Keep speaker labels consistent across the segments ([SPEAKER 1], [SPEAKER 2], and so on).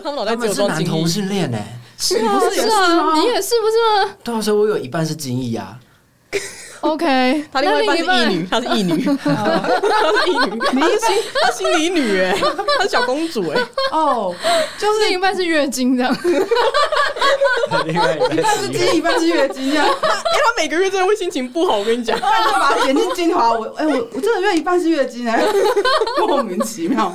[SPEAKER 1] 他们脑袋
[SPEAKER 2] 他
[SPEAKER 1] 只
[SPEAKER 2] 们
[SPEAKER 1] 有
[SPEAKER 2] 是
[SPEAKER 1] 装
[SPEAKER 2] 男
[SPEAKER 1] 精
[SPEAKER 2] 同
[SPEAKER 1] 益，
[SPEAKER 2] 性恋哎，
[SPEAKER 1] 是啊
[SPEAKER 3] 是啊，你也是不是吗
[SPEAKER 2] 对啊，所以我有一半是精益啊，
[SPEAKER 3] ？OK，
[SPEAKER 1] 他另外一半是
[SPEAKER 3] 那
[SPEAKER 1] 异女，她是异 女，她是异女，她是心她心理女 哎，她是小公 主哎，
[SPEAKER 4] 哦，就
[SPEAKER 3] 另一
[SPEAKER 4] 是
[SPEAKER 3] 半是月经 这样，
[SPEAKER 2] 另外 一
[SPEAKER 4] 一半是精，一半是月经这啊样。
[SPEAKER 1] 哎，她每个月真的会心情不好，我跟你讲，
[SPEAKER 4] 那就把眼睛精华，我哎、我我真的觉得一半是月经哎、 莫名其妙。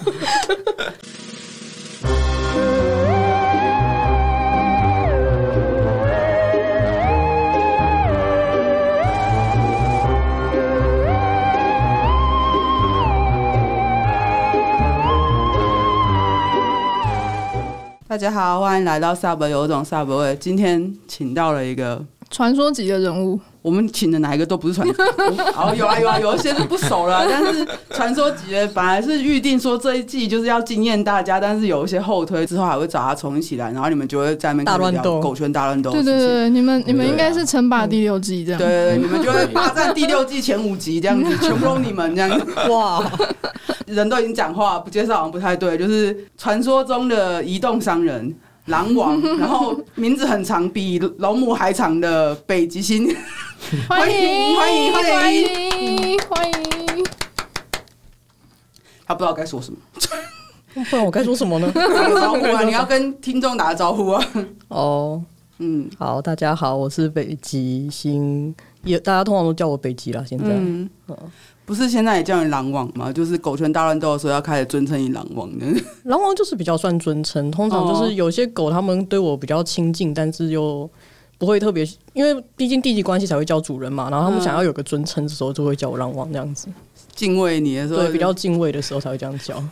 [SPEAKER 4] 大家好，欢迎来到 Sub 有种 Sub 味。今天请到了一个
[SPEAKER 3] 传说级的人物，
[SPEAKER 4] 我们请的哪一个都不是传，哦，有啊有啊，有一些是不熟了，但是传说级的本来是预定说这一季就是要惊艳大家，但是有一些后推之后还会找他重新起来，然后你们就会在那边
[SPEAKER 1] 大乱
[SPEAKER 4] 聊
[SPEAKER 1] 斗
[SPEAKER 4] 狗圈大
[SPEAKER 1] 哦
[SPEAKER 4] 乱斗
[SPEAKER 3] 对
[SPEAKER 4] 的事
[SPEAKER 3] 对
[SPEAKER 4] 情，
[SPEAKER 3] 对，你们你们应该是称霸第六季这样。
[SPEAKER 4] 对对对你们就会霸占第六季前五集这样子，全部都你们这样子，
[SPEAKER 1] 哇，
[SPEAKER 4] 人都已经讲话不介绍好像不太对，就是传说中的移动商人。狼王，然后名字很长，比龙母还长的北极星，
[SPEAKER 3] 欢迎
[SPEAKER 4] 欢迎欢迎
[SPEAKER 3] 欢迎欢迎，
[SPEAKER 4] 他不知道该说什么。
[SPEAKER 1] 不然我该说什么呢？
[SPEAKER 4] 打个招呼啊！你要跟听众打个招呼啊！
[SPEAKER 1] 哦，
[SPEAKER 4] 嗯
[SPEAKER 1] 好，大家好，我是北极星，也大家通常都叫我北极啦。现在、
[SPEAKER 4] 嗯，不是现在也叫你狼王吗？就是狗圈大乱斗的时候要开始尊称你狼王的。
[SPEAKER 1] 狼王就是比较算尊称，通常就
[SPEAKER 4] 哦
[SPEAKER 1] 是有些狗它们对我比较亲近，但是又不会特别，因为毕竟地级关系才会叫主人嘛。然后它们
[SPEAKER 4] 嗯
[SPEAKER 1] 想要有个尊称的时候，就会叫我狼王这样子。
[SPEAKER 4] 敬畏你的时候，
[SPEAKER 1] 对，比较。敬畏的时候才会这样叫。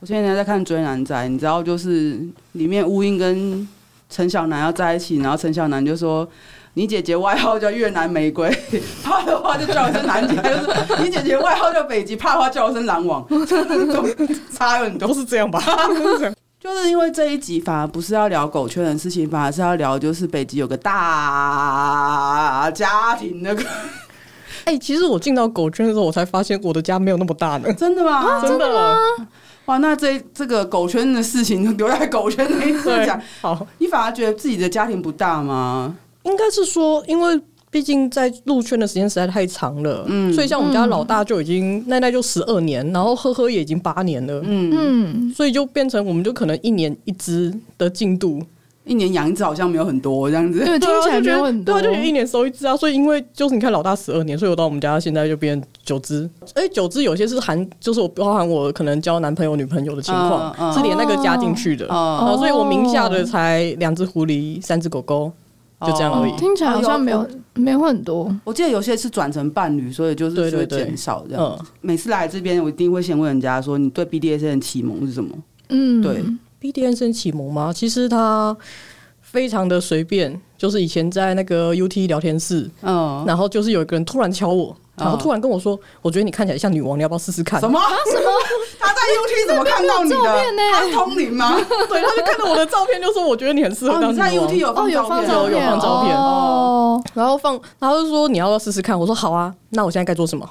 [SPEAKER 4] 我现在在看《追男仔》，你知道，就是里面乌英跟陈小南要在一起，然后陈小南就说：“你姐姐外号叫越南玫瑰，怕的话就叫我声南姐。”他就说：“你姐姐外号叫北极，怕的话叫我声狼王。”差很多
[SPEAKER 1] 都。是这样吧？
[SPEAKER 4] 就是因为这一集反而不是要聊狗圈的事情，反而是要聊就是北极有个大家庭的，
[SPEAKER 1] 哎、其实我进到狗圈的时候，我才发现我的家没有那么大呢。
[SPEAKER 4] 真的吗？
[SPEAKER 1] 真的，
[SPEAKER 4] 哇，那这这个狗圈的事情就留在狗圈那一次
[SPEAKER 1] 对
[SPEAKER 4] 讲。，
[SPEAKER 1] 好，
[SPEAKER 4] 你反而觉得自己的家庭不大吗？
[SPEAKER 1] 应该是说，因为毕竟在入圈的时间实在太长了，
[SPEAKER 4] 嗯
[SPEAKER 1] 所以像我们家老大就已经、奈奈就十二年，然后呵呵也已经八年了，
[SPEAKER 4] 嗯，
[SPEAKER 3] 嗯，
[SPEAKER 1] 所以就变成我们就可能一年一只的进度，
[SPEAKER 4] 一年养一次好像没有很多这样子。
[SPEAKER 3] 对，听起来没有很
[SPEAKER 1] 对啊
[SPEAKER 3] 多，
[SPEAKER 1] 啊，就觉得一年收一只啊，所以因为就是你看老大十二年，所以我到我们家现在就变九只，而且九只有些是含，就是我包含我可能交男朋友女朋友的情况，
[SPEAKER 4] 嗯嗯
[SPEAKER 1] 是连那个加进去的，
[SPEAKER 4] 哦哦
[SPEAKER 1] 然后所以我名下的才两只狐狸，三只狗狗，就这样而已。
[SPEAKER 3] 哦
[SPEAKER 1] 哦
[SPEAKER 3] 听起来好像没有没有很多，
[SPEAKER 4] 我记得有些是转成伴侣，所以就是
[SPEAKER 1] 对
[SPEAKER 4] 就会
[SPEAKER 1] 对对
[SPEAKER 4] 减少这样。
[SPEAKER 1] 嗯
[SPEAKER 4] 每次来这边，我一定会先问人家说，你对 BDSM 的启蒙是什么？
[SPEAKER 3] 嗯，
[SPEAKER 4] 对，
[SPEAKER 1] ，BDN 生启蒙吗？其实它非常的随便，就是以前在那个 UT 聊天室，
[SPEAKER 4] 嗯，
[SPEAKER 1] 然后就是有一个人突然敲我。然后突然跟我说：“我觉得你看起来像女王，你要不要试试看？”
[SPEAKER 4] 什么？什么？ 他在 UT 怎么看到你的？
[SPEAKER 3] 照片呢
[SPEAKER 4] 他是通灵吗？
[SPEAKER 1] 对，他就看着我的照片，就说我觉得你很适合
[SPEAKER 4] 哦，
[SPEAKER 1] 当
[SPEAKER 4] 你
[SPEAKER 1] 女王。
[SPEAKER 4] 在 UT 有
[SPEAKER 3] 哦，
[SPEAKER 4] 放
[SPEAKER 3] 有放
[SPEAKER 4] 片，
[SPEAKER 1] 有
[SPEAKER 3] 照片，
[SPEAKER 1] 放照片
[SPEAKER 3] 哦，
[SPEAKER 1] 然后放，然后就说你要不要试试看？我说好啊，那我现在该做什么？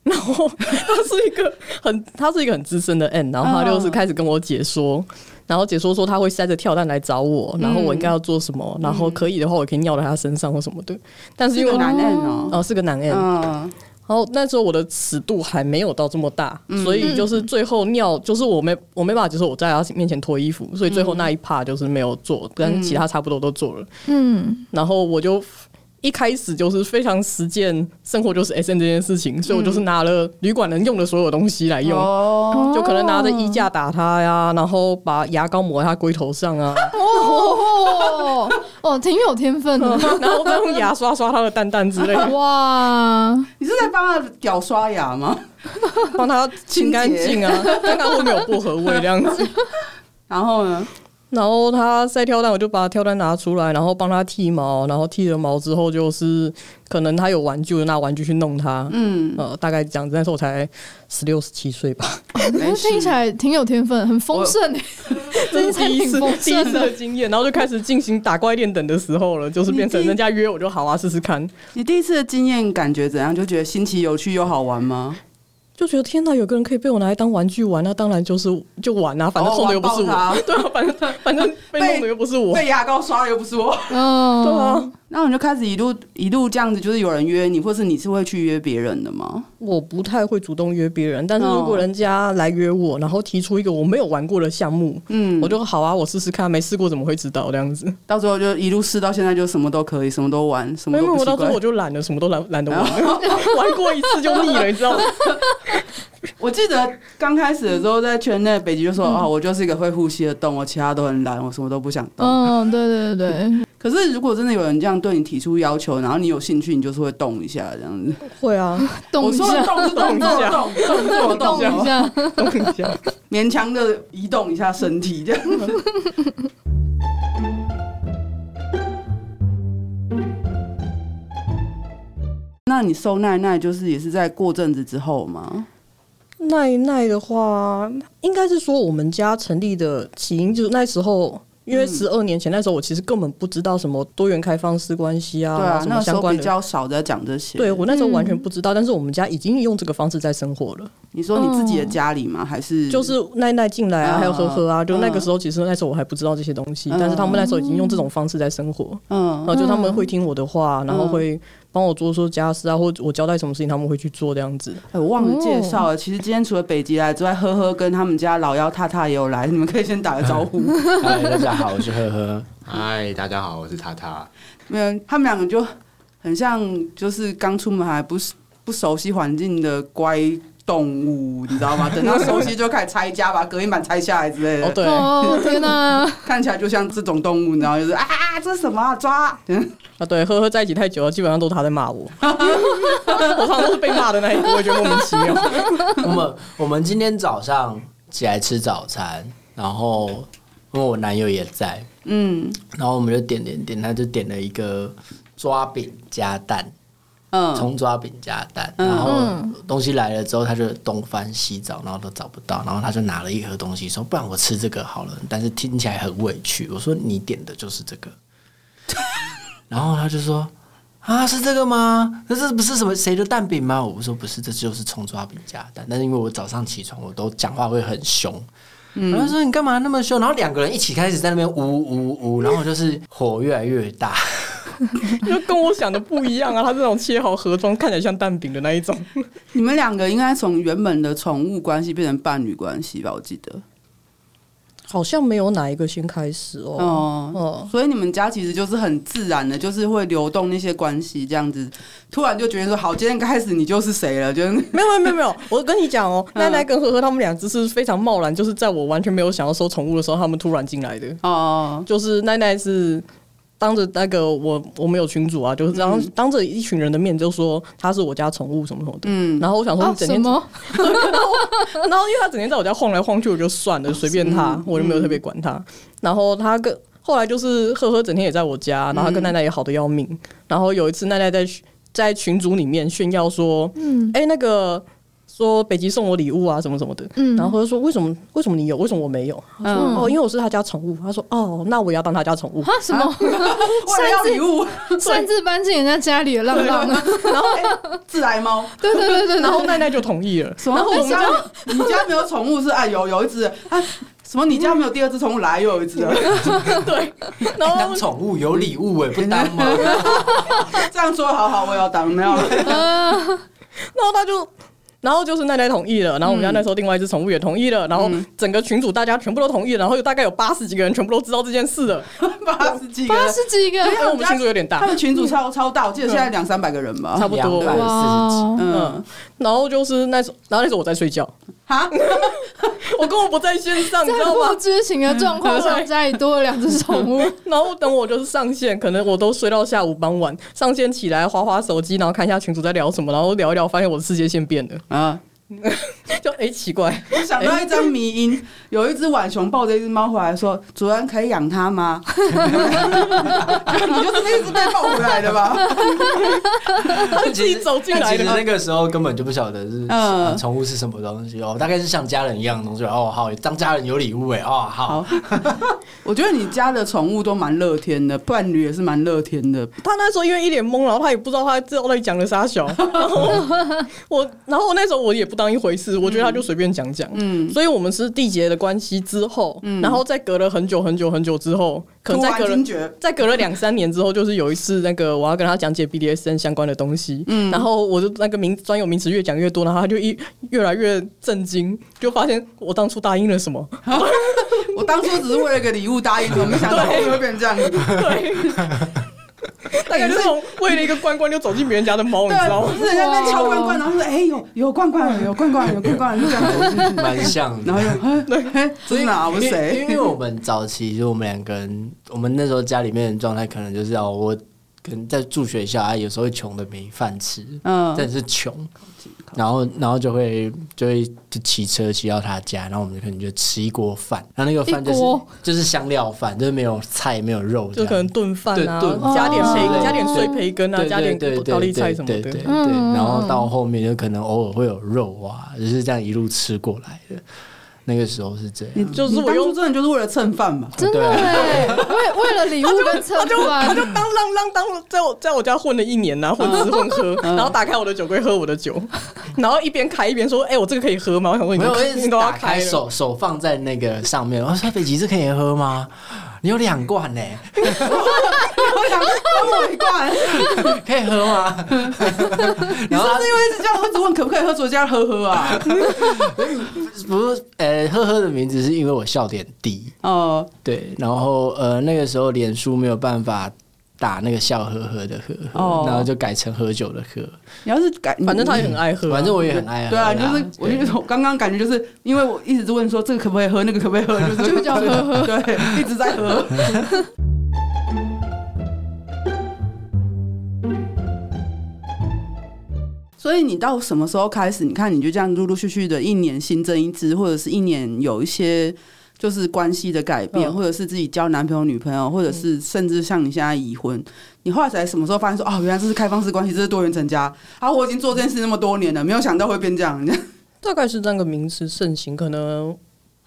[SPEAKER 1] 然后他是一个很，他是一个很资深的 N，然后他就是开始跟我解说，然后解说说他会塞着跳蛋来找我，然后我应该要做什么，然后可以的话我可以尿在他身上或什么的。但是
[SPEAKER 4] 嗯是
[SPEAKER 1] 因为
[SPEAKER 4] 个男人
[SPEAKER 1] 哦、
[SPEAKER 4] 哦。
[SPEAKER 1] 是个男 N，、
[SPEAKER 4] 嗯，
[SPEAKER 1] 然后那时候我的尺度还没有到这么大，
[SPEAKER 4] 嗯
[SPEAKER 1] 所以就是最后尿，就是我没我没办法接受我在他面前脱衣服，所以最
[SPEAKER 4] 嗯
[SPEAKER 1] 后那一趴就是没有做，跟其他差不多都做了。
[SPEAKER 3] 嗯，
[SPEAKER 1] 然后我就一开始就是非常实践生活就是 S N 这件事情，所以我就是拿了旅馆能用的所有东西来用，
[SPEAKER 4] 哦，
[SPEAKER 1] 就可能拿着衣架打他呀，然后把牙膏抹在他龟头上啊，
[SPEAKER 3] 哦，哦，挺有天分 的，
[SPEAKER 1] 然后再用牙刷刷他的蛋蛋之类 的，
[SPEAKER 3] 哇，
[SPEAKER 4] 你是在帮他屌刷牙吗？
[SPEAKER 1] 帮他清干净啊，看看后面有薄荷味这样 子。
[SPEAKER 4] 然后呢？
[SPEAKER 1] 然后他晒跳蛋，我就把跳蛋拿出来，然后帮他剃毛，然后剃了毛之后，就是可能他有玩具，我就拿玩具去弄他。
[SPEAKER 4] 嗯，
[SPEAKER 1] 呃，大概这样子，那时候我才十六十七岁吧， 哎
[SPEAKER 4] 没事
[SPEAKER 3] 听起来挺有天分，很丰盛欸诶，
[SPEAKER 1] 这是第一次
[SPEAKER 3] 这才挺丰
[SPEAKER 1] 第一
[SPEAKER 3] 盛
[SPEAKER 1] 次
[SPEAKER 3] 的
[SPEAKER 1] 的经验，然后就开始进行打怪练等的时候了，就是变成
[SPEAKER 4] 你第一
[SPEAKER 1] 人家约我就好啊，试试看，
[SPEAKER 4] 你第一次的经验感觉怎样？就觉得新奇、有趣又好玩吗？
[SPEAKER 1] 就觉得天哪，有个人可以被我拿来当玩具玩，那当然就是就玩啊，反正送的又不是我，
[SPEAKER 4] 哦玩爆
[SPEAKER 1] 对啊，反正反 正被弄的又不是我，
[SPEAKER 4] 被哦牙膏刷的又不是我，
[SPEAKER 3] 嗯，
[SPEAKER 1] 对啊，
[SPEAKER 4] 然后你就开始一路一路这样子，就是有人约你，或是你是会去约别人的吗？
[SPEAKER 1] 我不太会主动约别人，但是如果
[SPEAKER 4] 哦
[SPEAKER 1] 人家来约我，然后提出一个我没有玩过的项目，
[SPEAKER 4] 嗯，
[SPEAKER 1] 我就好啊，我试试看，没试过怎么会知道这样子？
[SPEAKER 4] 到时候就一路试到现在，就什么都可以，什么都玩，什
[SPEAKER 1] 没
[SPEAKER 4] 么
[SPEAKER 1] 有，没有我
[SPEAKER 4] 都不奇
[SPEAKER 1] 到最后我
[SPEAKER 4] 怪。哦
[SPEAKER 1] 就懒了，什么都懒懒得玩，玩 过一次就腻了，你知道 吗？
[SPEAKER 4] 我记得刚开始的时候，在圈内北极就说：“哦，我就是一个会呼吸的动物，我其他都很懒，我什么都不想动。
[SPEAKER 3] 嗯，对对对，
[SPEAKER 4] 可是如果真的有人这样对你提出要求，然后你有兴趣，你就是会动一下这样子。
[SPEAKER 1] 会 啊，
[SPEAKER 3] 动
[SPEAKER 4] 我
[SPEAKER 3] 一
[SPEAKER 4] 说的
[SPEAKER 3] 下，
[SPEAKER 4] 动是动作的动，动作的动，
[SPEAKER 3] 动一下，
[SPEAKER 1] 动一下。
[SPEAKER 4] 勉强的移动一下身体这样。 那你收奈奈就是也是在过阵子之后吗？
[SPEAKER 1] 奈奈的话，应该是说我们家成立的起因就是那时候。因为十二年前那时候，我其实根本不知道什么多元开放式关系啊，
[SPEAKER 4] 对
[SPEAKER 1] 然后
[SPEAKER 4] 啊，
[SPEAKER 1] 什
[SPEAKER 4] 那
[SPEAKER 1] 么
[SPEAKER 4] 个时
[SPEAKER 1] 相
[SPEAKER 4] 候
[SPEAKER 1] 关
[SPEAKER 4] 比
[SPEAKER 1] 的。
[SPEAKER 4] 较少在讲这些。
[SPEAKER 1] 对我那时候完全
[SPEAKER 3] 嗯
[SPEAKER 1] 不知道，但是我们家已经用这个方式在生活了，
[SPEAKER 4] 你说你自己的家里吗？还是
[SPEAKER 1] 嗯就是奈奈进来啊，还有呵呵啊，
[SPEAKER 4] 嗯
[SPEAKER 1] 就那个时候，其实那时候我还不知道这些东西，但是他们那时候已经用这种方式在生活，
[SPEAKER 4] 嗯
[SPEAKER 1] 然后就他们会听我的话，然后会帮我做说家事啊，或者我交代什么事情，他们会去做这样子。
[SPEAKER 4] 哎我忘
[SPEAKER 1] 哦
[SPEAKER 4] 了介绍了。其实今天除了北极来之外，呵呵跟他们家老幺踏踏也有来，你们可以先打个招呼。
[SPEAKER 2] 嗨，大家好，我是呵呵。嗨，大家好，我是塔塔。
[SPEAKER 4] 没有，他们两个就很像，就是刚出门还不是不熟悉环境的乖动物，你知道吗？ 等到熟悉就开始拆家，把隔音板拆下来之类的。
[SPEAKER 1] 哦，对，啊，
[SPEAKER 3] 哦天哪，
[SPEAKER 4] 看起来就像这种动物，你知道，就是啊，这是什么、啊、抓？
[SPEAKER 1] 啊对，呵呵在一起太久了，基本上都是他在骂我， 我常常都是被骂的那一个，我也 觉得莫名其妙。
[SPEAKER 2] 我们我们今天早上起来吃早餐，然后因为我男友也在，
[SPEAKER 4] 嗯
[SPEAKER 2] 然后我们就点点点，他就点了一个抓饼加蛋，
[SPEAKER 4] 嗯，
[SPEAKER 2] 葱抓饼加蛋，
[SPEAKER 4] 嗯
[SPEAKER 2] 然后东西来了之后，他就东翻西找，然后都找不到，然后他就拿了一盒东西说：“不然我吃这个好了。”但是听起来很委屈。我说：“你点的就是这 个。”然后他就说：“啊，是这个吗？那这不是什么谁的蛋饼吗？”我说：“不是，这就是葱抓饼加蛋。”但是因为我早上起床，我都讲话会很凶。
[SPEAKER 4] 嗯
[SPEAKER 2] 然后说你干嘛那么凶？然后两个人一起开始在那边呜呜呜，然后就是火越来越大。
[SPEAKER 1] 就跟我想的不一样啊！它这种切好盒装，看起来像蛋饼的那一种。
[SPEAKER 4] 你们两个应该从原本的宠物关系变成伴侣关系吧？我记得
[SPEAKER 1] 好像没有哪一个先开始哦。
[SPEAKER 4] 哦。
[SPEAKER 1] 哦，
[SPEAKER 4] 所以你们家其实就是很自然的，就是会流动那些关系，这样子，突然就觉得说，好，今天开始你就是谁了，就是
[SPEAKER 1] 没有没有没有没有，我跟你讲哦，
[SPEAKER 4] 嗯
[SPEAKER 1] 奈奈跟呵呵他们两只是非常贸然，就是在我完全没有想要收宠物的时候，他们突然进来的。
[SPEAKER 4] 哦，
[SPEAKER 1] 就是奈奈是当着那个我我们有群主啊，就是当、
[SPEAKER 4] 嗯
[SPEAKER 1] 当着一群人的面就说他是我家宠物什么什么的。
[SPEAKER 4] 嗯，
[SPEAKER 1] 然后我想说
[SPEAKER 3] 啊
[SPEAKER 1] 你整
[SPEAKER 3] 什
[SPEAKER 1] 天，
[SPEAKER 3] 么？
[SPEAKER 1] 然后因为他整天在我家晃来晃去，我就算了，随便
[SPEAKER 3] 嗯
[SPEAKER 1] 他，我就没有特别管他。然后他跟后来就是呵呵整天也在我家，然后他跟奈奈也好的要命。然后有一次奈奈在在群组里面炫耀说
[SPEAKER 3] 嗯：“
[SPEAKER 1] 哎、那个说北极送我礼物啊，什么什么的。”
[SPEAKER 3] 嗯，
[SPEAKER 1] 然后我就说为什么为什么你有为什么我没有？他说、
[SPEAKER 4] 嗯
[SPEAKER 1] 哦，因为我是他家宠物。他说哦，那我也要当他家宠物。
[SPEAKER 3] 啊什么？
[SPEAKER 4] 为了要礼物，
[SPEAKER 3] 擅自搬进人家家里的浪浪，
[SPEAKER 4] 然后、哎自来猫。
[SPEAKER 3] 对对对对，
[SPEAKER 1] 然后奈奈就同 意了。
[SPEAKER 4] 什么？
[SPEAKER 1] 然后我们
[SPEAKER 4] 家
[SPEAKER 1] 家
[SPEAKER 4] 你家没有宠物是啊？有有一只啊？什么？你家没有第二只宠物来？又有 一只，
[SPEAKER 1] 对，然
[SPEAKER 4] 哦
[SPEAKER 1] 后
[SPEAKER 2] 当宠物有礼物哎、不当吗？
[SPEAKER 4] 这样说好好，我也要当没有了。
[SPEAKER 3] 嗯
[SPEAKER 1] 然后他就。然后就是奈奈同意了，然后我们家那时候另外一只宠物也同意了，然后整个群主大家全部都同意了，然后有大概有八十几个人全部都知道这件事 了，
[SPEAKER 4] 八十几个人
[SPEAKER 3] 八，十几个，
[SPEAKER 1] 哎因为我们群主有点
[SPEAKER 4] 他
[SPEAKER 1] 大，嗯
[SPEAKER 4] 们群主超超大，我记得现在两三百个人吧
[SPEAKER 1] 差。不多
[SPEAKER 2] 240
[SPEAKER 3] 哇
[SPEAKER 4] 嗯
[SPEAKER 1] 嗯，然后就是那时候，然后那时候我在睡觉，
[SPEAKER 4] 哈，
[SPEAKER 1] 嗯我根本不 在线上，你知
[SPEAKER 3] 在
[SPEAKER 1] 道
[SPEAKER 3] 不
[SPEAKER 1] 吗？
[SPEAKER 3] 知情的状况下，
[SPEAKER 1] 对
[SPEAKER 3] 家里多了两只宠物，
[SPEAKER 1] 然后等我就是上线，可能我都睡到下午傍晚，上线起来划划手机，然后看一下群主在聊什么，然后聊一聊，发现我的世界线变了，
[SPEAKER 4] 啊！
[SPEAKER 1] 就哎、奇怪，
[SPEAKER 4] 我想到一张迷音，有一只浣熊抱着一只猫回来，说：“主人可以养 它吗？”你就是那只被抱回来的吧？
[SPEAKER 1] 他就自己走进来
[SPEAKER 2] 但其实
[SPEAKER 1] 了。
[SPEAKER 2] 那个时候根本就不晓得是
[SPEAKER 4] 嗯
[SPEAKER 2] 呃宠、物是什么东西哦，大概是像家人一样的东西哦。好，当家人有礼物哎，哦好，
[SPEAKER 4] 好，我觉得你家的宠物都蛮乐天的，伴侣也是蛮乐天的。
[SPEAKER 1] 他那时 候因为一脸懵，然后他也不知道他到底讲了啥小。然后我，然后我那时候我也不当一回事，我觉得他就随便讲讲。
[SPEAKER 4] 嗯，
[SPEAKER 1] 所以我们是缔结的关系之后，然后再隔了很久很久很久之后，可能
[SPEAKER 4] 突
[SPEAKER 1] 再
[SPEAKER 4] 然
[SPEAKER 1] 隔了
[SPEAKER 4] 惊觉，
[SPEAKER 1] 再隔了两三年之后，就是有一次那个我要跟他讲解 BDSN 相关的东西，
[SPEAKER 4] 嗯
[SPEAKER 1] 然后我就那个名专有名词越讲越多，然后他就一越来越震惊，就发现我当初答应了什 么。
[SPEAKER 4] 我当初只是为了个礼物答应你，没想到后面会变成这样子。
[SPEAKER 1] 对，大概就是从为了一个关关就走进别人家的猫，你知道吗？
[SPEAKER 4] 对，就是人家在那边
[SPEAKER 1] 哦
[SPEAKER 4] 敲罐罐，然后说：“哎、有有罐罐，有罐罐，有罐罐。”就这样 走进去，
[SPEAKER 2] 蛮像的
[SPEAKER 4] 然。后就哎，哎这是哪？我是
[SPEAKER 2] 因为
[SPEAKER 4] 谁？
[SPEAKER 2] 因为我们早期就我们两个人，我们那时候家里面的状态可能就是哦，我可能在住学校啊，有时候会穷的没饭吃，
[SPEAKER 4] 嗯，
[SPEAKER 2] 真的是穷，然后然后就会就会就骑车骑到他家，然后我们可能就吃一锅饭，然后那个饭就
[SPEAKER 3] 一
[SPEAKER 2] 是
[SPEAKER 3] 锅
[SPEAKER 2] 就是香料饭，就是没有菜没有肉
[SPEAKER 1] 就
[SPEAKER 2] 这样，
[SPEAKER 1] 可能炖饭啊
[SPEAKER 2] 对炖，
[SPEAKER 1] 加点
[SPEAKER 3] 饭
[SPEAKER 1] 培
[SPEAKER 3] 之类的
[SPEAKER 1] 加点碎培根啊，
[SPEAKER 2] 对
[SPEAKER 1] 加点
[SPEAKER 2] 对对对
[SPEAKER 1] 高丽菜什么
[SPEAKER 2] 对对
[SPEAKER 1] 的。
[SPEAKER 2] 对对
[SPEAKER 3] 嗯
[SPEAKER 2] 然后到后面就可能偶尔会有肉啊，就是这样一路吃过来的。那个时候是这样，
[SPEAKER 1] 就是
[SPEAKER 4] 你
[SPEAKER 1] 我
[SPEAKER 4] 当初
[SPEAKER 1] 用
[SPEAKER 4] 真的就是为了蹭饭吧？
[SPEAKER 3] 真
[SPEAKER 2] 对
[SPEAKER 3] 的
[SPEAKER 2] 啊
[SPEAKER 3] 哎，为为了礼物跟蹭
[SPEAKER 1] 他
[SPEAKER 3] 饭
[SPEAKER 1] 就，当浪浪当在我在我家混了一年呐、
[SPEAKER 2] 嗯
[SPEAKER 1] 啊，混吃混喝，然后打开我的酒柜喝我的酒， 然后一边开一边说：“哎、我这个可以喝吗？”我想说你
[SPEAKER 2] 没
[SPEAKER 1] 都
[SPEAKER 2] 有，我一
[SPEAKER 1] 你
[SPEAKER 2] 直
[SPEAKER 1] 都要
[SPEAKER 2] 打
[SPEAKER 1] 开
[SPEAKER 2] 开
[SPEAKER 1] 了，
[SPEAKER 2] 手手放在那个上面。我说：“北极这可以喝吗？你有两 罐呢、
[SPEAKER 4] 我想，Oh 跟我一罐，是
[SPEAKER 2] 可以喝吗？”然后
[SPEAKER 4] 不是因为一直叫我一直问可不可以喝左家喝喝啊？
[SPEAKER 2] 他不是呃，呵呵的名字是因为我笑点低，
[SPEAKER 4] 哦，
[SPEAKER 2] 对，然后呃那个时候脸书没有办法打那个笑呵呵的呵呵，
[SPEAKER 4] 哦
[SPEAKER 2] 然后就改成喝酒的喝。
[SPEAKER 4] 你要是改，
[SPEAKER 1] 反正他也很爱喝、啊
[SPEAKER 2] 嗯反正我也很爱喝
[SPEAKER 4] 对啊，就
[SPEAKER 2] 啦
[SPEAKER 4] 是我就是我刚刚感觉就是因为我一直问说这个可不可以喝，那个可不可以喝，就是
[SPEAKER 3] 就叫喝喝
[SPEAKER 4] 对，一直在喝。所以你到什么时候开始？你看，你就这样陆陆续续的一年新增一只，或者是一年有一些就是关系的改变，
[SPEAKER 1] 嗯
[SPEAKER 4] 或者是自己交男朋友、女朋友，或者是甚至像你现在已婚，你后来才什么时候发现说，哦，原来这是开放式关系，这是多元成家。啊，我已经做这件事那么多年了，没有想到会变这样。
[SPEAKER 1] 大概是那个名词盛行，可能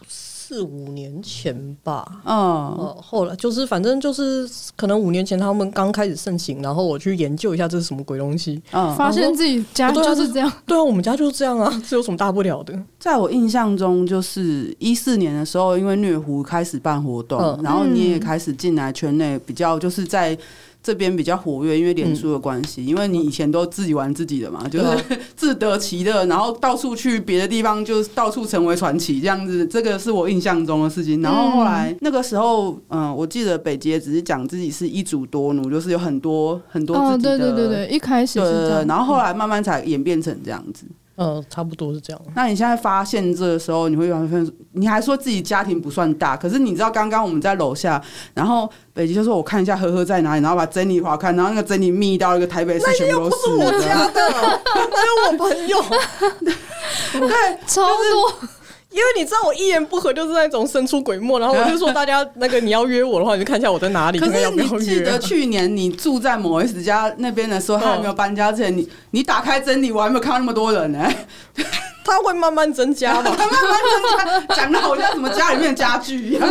[SPEAKER 1] 四五年前吧。
[SPEAKER 4] 嗯，
[SPEAKER 1] 呃，后来就是反正就是可能五年前他们刚开始盛行，然后我去研究一下这是什么鬼东西。
[SPEAKER 4] 嗯
[SPEAKER 3] 发现自己家
[SPEAKER 1] 对啊
[SPEAKER 3] 就是这样，
[SPEAKER 1] 对啊，我们家就是这样啊，这有什么大不了的？
[SPEAKER 4] 在我印象中，就是一四年的时候，因为虐狐开始办活动，
[SPEAKER 1] 嗯
[SPEAKER 4] 然后你也
[SPEAKER 3] 嗯
[SPEAKER 4] 开始进来圈内，比较就是在这边比较活跃，因为脸书的关
[SPEAKER 3] 嗯
[SPEAKER 4] 系，因为你以前都自己玩自己的嘛，就是、自得其乐，然后到处去别的地方，就是到处成为传奇这样子。这个是我印象中的事情。然后
[SPEAKER 3] 嗯
[SPEAKER 4] 后来那个时候，嗯、我记得北杰只是讲自己是一主多奴，就是有很多很多
[SPEAKER 3] 哦，
[SPEAKER 4] 自己的、
[SPEAKER 3] 对对对对，一开始
[SPEAKER 4] 对
[SPEAKER 3] 是
[SPEAKER 4] 对
[SPEAKER 3] 这
[SPEAKER 4] 对
[SPEAKER 3] 样，
[SPEAKER 4] 然后后来慢慢才演变成这样子。
[SPEAKER 1] 呃，差不多是 这样。
[SPEAKER 4] 那你现在发现这个时候，你会发现，你还说自己家庭不算大，可是你知道刚刚我们在楼下，然后北极就说我看一下呵呵在哪里，然后把珍妮划开，然后那个珍妮密到一个台北市全部都是
[SPEAKER 1] 我家的，还有我朋友，
[SPEAKER 3] 超多，
[SPEAKER 1] 因为你知道我一言不合就是那种神出鬼没，然后我就说大家那个你要约我的话，你就看一下我在 哪里，
[SPEAKER 4] 可
[SPEAKER 1] 看看要
[SPEAKER 4] 是
[SPEAKER 1] 不
[SPEAKER 4] 你
[SPEAKER 1] 要
[SPEAKER 4] 记得
[SPEAKER 1] 约。
[SPEAKER 4] 去年你住在某 S 家那边的时候，他还没有搬家之前，你你打开珍妮，我还没有看到那么多人呢、
[SPEAKER 1] 他会慢慢增加吧？
[SPEAKER 4] 慢慢增加，讲的好像什么家里面的家具一样。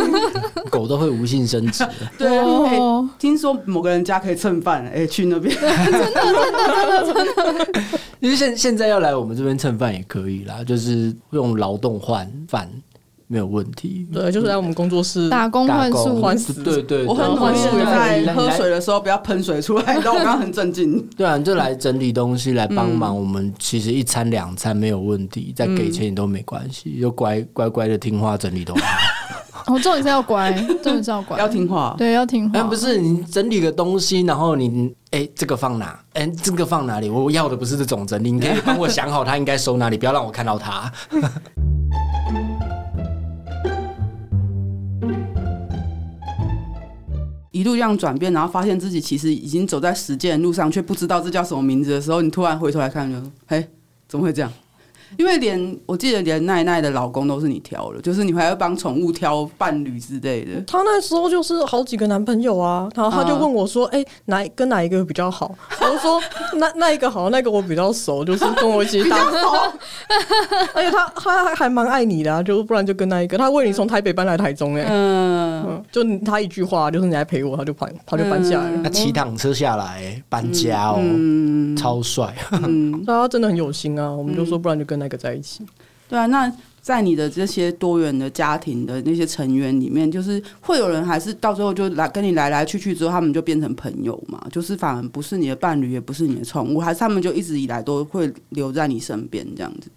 [SPEAKER 2] 狗都会无性生殖，
[SPEAKER 4] 对，哎、
[SPEAKER 3] 哦
[SPEAKER 4] 听说某个人家可以蹭饭，哎、去那边。
[SPEAKER 2] 其实现现在要来我们这边蹭饭也可以啦，就是用劳动换饭没有问题。
[SPEAKER 1] 对，就是来我们工作室。
[SPEAKER 3] 打工
[SPEAKER 2] 打
[SPEAKER 3] 换
[SPEAKER 2] 工
[SPEAKER 3] 宿，
[SPEAKER 1] 换宿
[SPEAKER 2] 对对，对
[SPEAKER 4] 我很努
[SPEAKER 1] 换
[SPEAKER 4] 力
[SPEAKER 1] 宿
[SPEAKER 4] 地
[SPEAKER 1] 也可
[SPEAKER 4] 在喝水的时候不要喷水出 来，你知道我刚刚很震惊。
[SPEAKER 2] 对啊，你就来整理东西，来帮忙。我们其实一餐两餐没有问题，再给钱你都没关系，就乖乖乖的听话整理 东西。
[SPEAKER 3] 哦，重点是要乖，重点是要乖，
[SPEAKER 4] 要听话。
[SPEAKER 3] 对，要听
[SPEAKER 2] 哎、
[SPEAKER 3] 话，
[SPEAKER 2] 不是你整理个东西，然后你哎、这个放哪？哎、这个放哪里？我要的不是这种整理，你可以帮我想好它应该收哪里，不要让我看到它。
[SPEAKER 4] 一路这样转变，然后发现自己其实已经走在实践的路上，却不知道这叫什么名字的时候，你突然回头来看，就哎，怎么会这样？因为连我记得连奈奈的老公都是你挑的，就是你还要帮宠物挑伴侣之类的。
[SPEAKER 1] 他那时候就是好几个男朋友啊，然后他就问我说：“哎、哪跟哪一个比较好？”我就说：“ 那那一个好，那个我比较熟，就是跟我一 起打。而且他他还还蛮爱你的、啊，就不然就跟那一个。他为你从台北搬来台中、哎、
[SPEAKER 4] 嗯，
[SPEAKER 1] 嗯，就你他一句话，就是你来陪我，他就搬他就搬下来了。
[SPEAKER 2] 那
[SPEAKER 4] 嗯
[SPEAKER 2] 骑躺车下来搬家哦，超帅。
[SPEAKER 4] 嗯
[SPEAKER 1] 所以他真的很有心啊，我们就说不然就跟那个在一起。
[SPEAKER 4] 对啊，那在你的这些多元的家庭的那些成员里面，就是会有人还是到最后就来跟你来来去去之后，他们就变成朋友嘛？就是反而不是你的伴侣，也不是你的宠物，还是他们就一直以来都会留在你身边这样子。